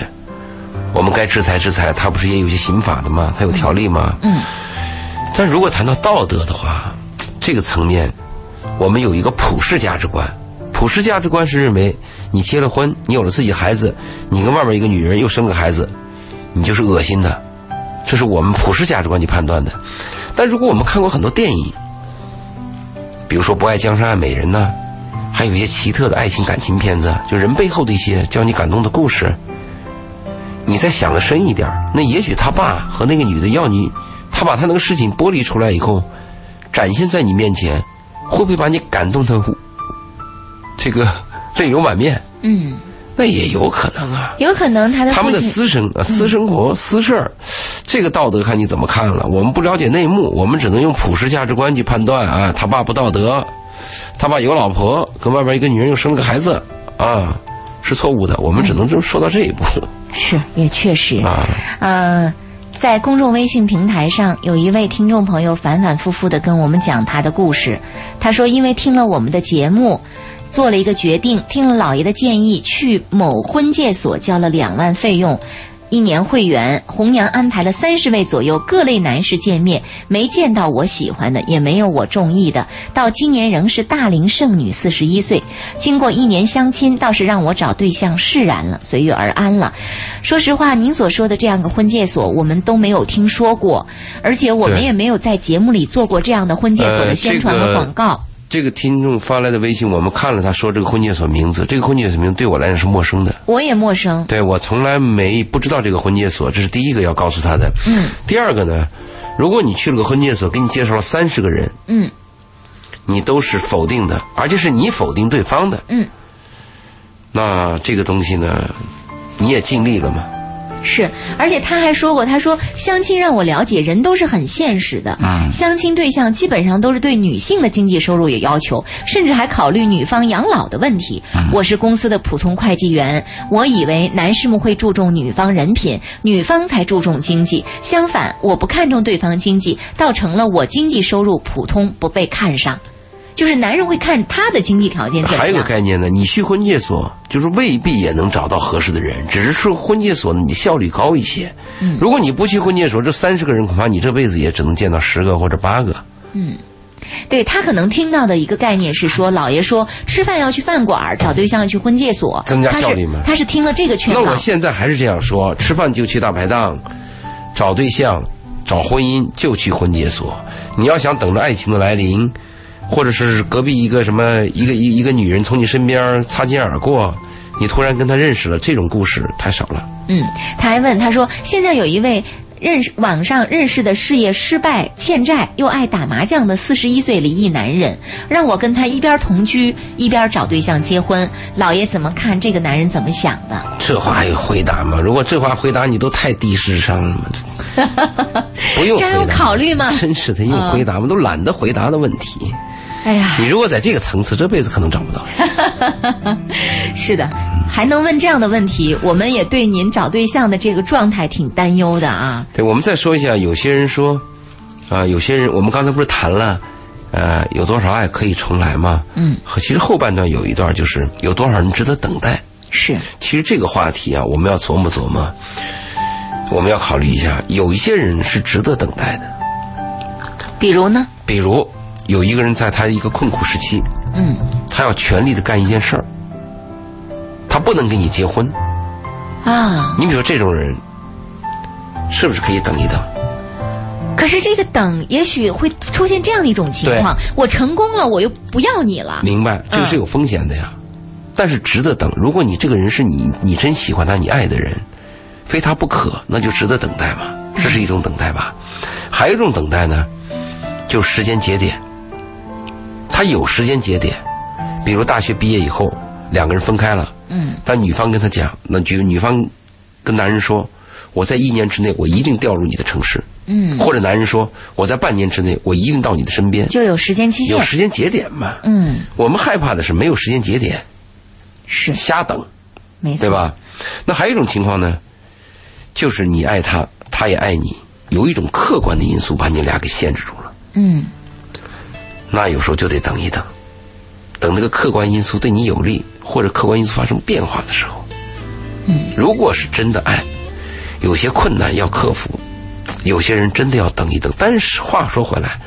Speaker 3: 我们该制裁制裁，他不是也有些刑法的吗？他有条例吗？嗯。但如果谈到道德的话，这个层面，我们有一个普世价值观，普世价值观是认为你结了婚，你有了自己的孩子，你跟外面一个女人又生个孩子，你就是恶心的，这是我们普世价值观去判断的。但如果我们看过很多电影，比如说《不爱江山爱美人》呐，还有一些奇特的爱情感情片子，就人背后的一些叫你感动的故事。你再想的深一点儿，那也许他爸和那个女的要你，他把他那个事情剥离出来以后，展现在你面前，会不会把你感动的这个泪流满面？
Speaker 2: 嗯，
Speaker 3: 那也有可能啊。
Speaker 2: 有可能他的
Speaker 3: 他们
Speaker 2: 父
Speaker 3: 的
Speaker 2: 亲
Speaker 3: 私生、呃私生活、私事儿，这个道德看你怎么看了。我们不了解内幕，我们只能用普世价值观去判断啊。他爸不道德，他爸有老婆，跟外边一个女人又生了个孩子，啊，是错误的。我们只能就说到这一步
Speaker 2: 是也确实
Speaker 3: 啊。
Speaker 2: 呃，在公众微信平台上，有一位听众朋友反反复复的跟我们讲他的故事。他说，因为听了我们的节目，做了一个决定，听了老爷的建议，去某婚介所交了两万费用。一年会员，红娘安排了三十位左右各类男士见面，没见到我喜欢的，也没有我中意的。到今年仍是大龄剩女，四十一岁。经过一年相亲，倒是让我找对象释然了，随遇而安了。说实话，您所说的这样个婚介所，我们都没有听说过，而且我们
Speaker 3: 对
Speaker 2: 也没有在节目里做过这样的婚介所的宣传和广告。
Speaker 3: 呃这个听众发来的微信，我们看了，他说这个婚介所名字，这个婚介所名字对我来讲是陌生的，
Speaker 2: 我也陌生，
Speaker 3: 对我从来没不知道这个婚介所，这是第一个要告诉他的。
Speaker 2: 嗯
Speaker 3: 第二个呢，如果你去了个婚介所，给你介绍了三十个人，
Speaker 2: 嗯
Speaker 3: 你都是否定的，而且是你否定对方的，
Speaker 2: 嗯，
Speaker 3: 那这个东西呢，你也尽力了嘛？
Speaker 2: 是，而且他还说过，他说相亲让我了解人都是很现实的，
Speaker 3: 嗯
Speaker 2: 相亲对象基本上都是对女性的经济收入有要求，甚至还考虑女方养老的问题。
Speaker 3: 嗯
Speaker 2: 我是公司的普通会计员，我以为男士们会注重女方人品，女方才注重经济。相反，我不看重对方经济，倒成了我经济收入普通不被看上，就是男人会看他的经济条件怎么样。
Speaker 3: 还有个概念呢，你去婚介所就是未必也能找到合适的人，只是说婚介所你效率高一些。
Speaker 2: 嗯
Speaker 3: 如果你不去婚介所，这三十个人恐怕你这辈子也只能见到十个或者八个。
Speaker 2: 对他可能听到的一个概念是说，老爷说吃饭要去饭馆儿，找对象要去婚介所，
Speaker 3: 增加
Speaker 2: 他是
Speaker 3: 效率嘛
Speaker 2: 他是听了这个劝
Speaker 3: 那
Speaker 2: 告
Speaker 3: 我，现在还是这样说：吃饭就去大排档，找对象、找婚姻就去婚介所。你要想等着爱情的来临，或者是隔壁一个什么一个一一个女人从你身边擦肩而过，你突然跟她认识了，这种故事太少了。
Speaker 2: 嗯，他还问他说，现在有一位。认识网上认识的事业失败、欠债又爱打麻将的四十一岁离异男人，让我跟他一边同居一边找对象结婚。老爷怎么看这个男人怎么想的？
Speaker 3: 这话有回答吗？如果这话回答你都太低智商了嘛， 不用
Speaker 2: 这
Speaker 3: 回
Speaker 2: 还用
Speaker 3: 答，
Speaker 2: 考虑吗？嗯
Speaker 3: 真是的，用回答吗？都懒得回答的问题。
Speaker 2: 哎呀，
Speaker 3: 你如果在这个层次，这辈子可能找不到。
Speaker 2: 是的，还能问这样的问题，我们也对您找对象的这个状态挺担忧的啊。
Speaker 3: 对，我们再说一下，有些人说，啊、有些人，我们刚才不是谈了，呃，有多少爱可以重来吗？
Speaker 2: 嗯
Speaker 3: 和，其实后半段有一段就是有多少人值得等待。
Speaker 2: 是，
Speaker 3: 其实这个话题啊，我们要琢磨琢磨，我们要考虑一下，有一些人是值得等待的。
Speaker 2: 比如呢？
Speaker 3: 比如有一个人在他一个困苦时期，
Speaker 2: 嗯
Speaker 3: 他要全力的干一件事儿，他不能跟你结婚。
Speaker 2: 啊，
Speaker 3: 你比如说这种人，是不是可以等一等？
Speaker 2: 可是这个等，也许会出现这样的一种情况：我成功了，我又不要你了。
Speaker 3: 明白，这个是有风险的呀。但是值得等。如果你这个人是你你真喜欢他，你爱的人，非他不可，那就值得等待嘛。这是一种等待吧。还有一种等待呢，就是时间节点。他有时间节点，比如大学毕业以后，两个人分开了。
Speaker 2: 嗯。
Speaker 3: 但女方跟他讲，那就女方跟男人说：“我在一年之内，我一定调入你的城市。”
Speaker 2: 嗯，
Speaker 3: 或者男人说：“我在半年之内，我一定到你的身边。
Speaker 2: 就有时间期”
Speaker 3: 有
Speaker 2: 限。
Speaker 3: 时间节点嘛？
Speaker 2: 嗯，
Speaker 3: 我们害怕的是没有时间节点，
Speaker 2: 是
Speaker 3: 瞎等，
Speaker 2: 没错，
Speaker 3: 对？吧？那还有一种情况呢，就是你爱他，他也爱你，有一种客观的因素把你俩给限制住了。
Speaker 2: 嗯，
Speaker 3: 那有时候就得等一等，等那个客观因素对你有利，或者客观因素发生变化的时候。嗯，如果是真的爱，有些困难要克服，有些人真的要等一等。但是话说回来，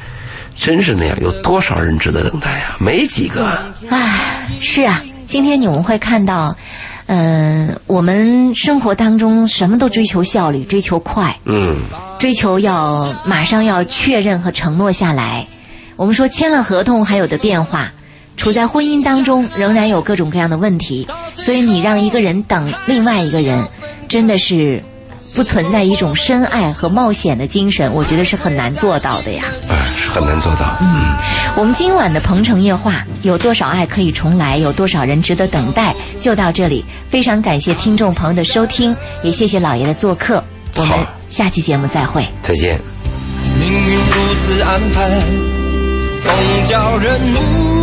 Speaker 3: 真是那样，有多少人值得等待啊？没几个啊。
Speaker 2: 唉，是啊，今天你们会看到，嗯、我们生活当中什么都追求效率，追求快，
Speaker 3: 嗯，
Speaker 2: 追求要马上要确认和承诺下来。我们说签了合同还有的变化，处在婚姻当中仍然有各种各样的问题，所以你让一个人等另外一个人，真的是不存在一种深爱和冒险的精神，我觉得是很难做到的呀。
Speaker 3: 哎，是很难做到。嗯。
Speaker 2: 我们今晚的《鹏城夜话》有多少爱可以重来，有多少人值得等待，就到这里。非常感谢听众朋友的收听，也谢谢老爷的做客。我们
Speaker 3: 好
Speaker 2: 下期节目再会。
Speaker 3: 再见。
Speaker 1: 命运如此安排，总叫人无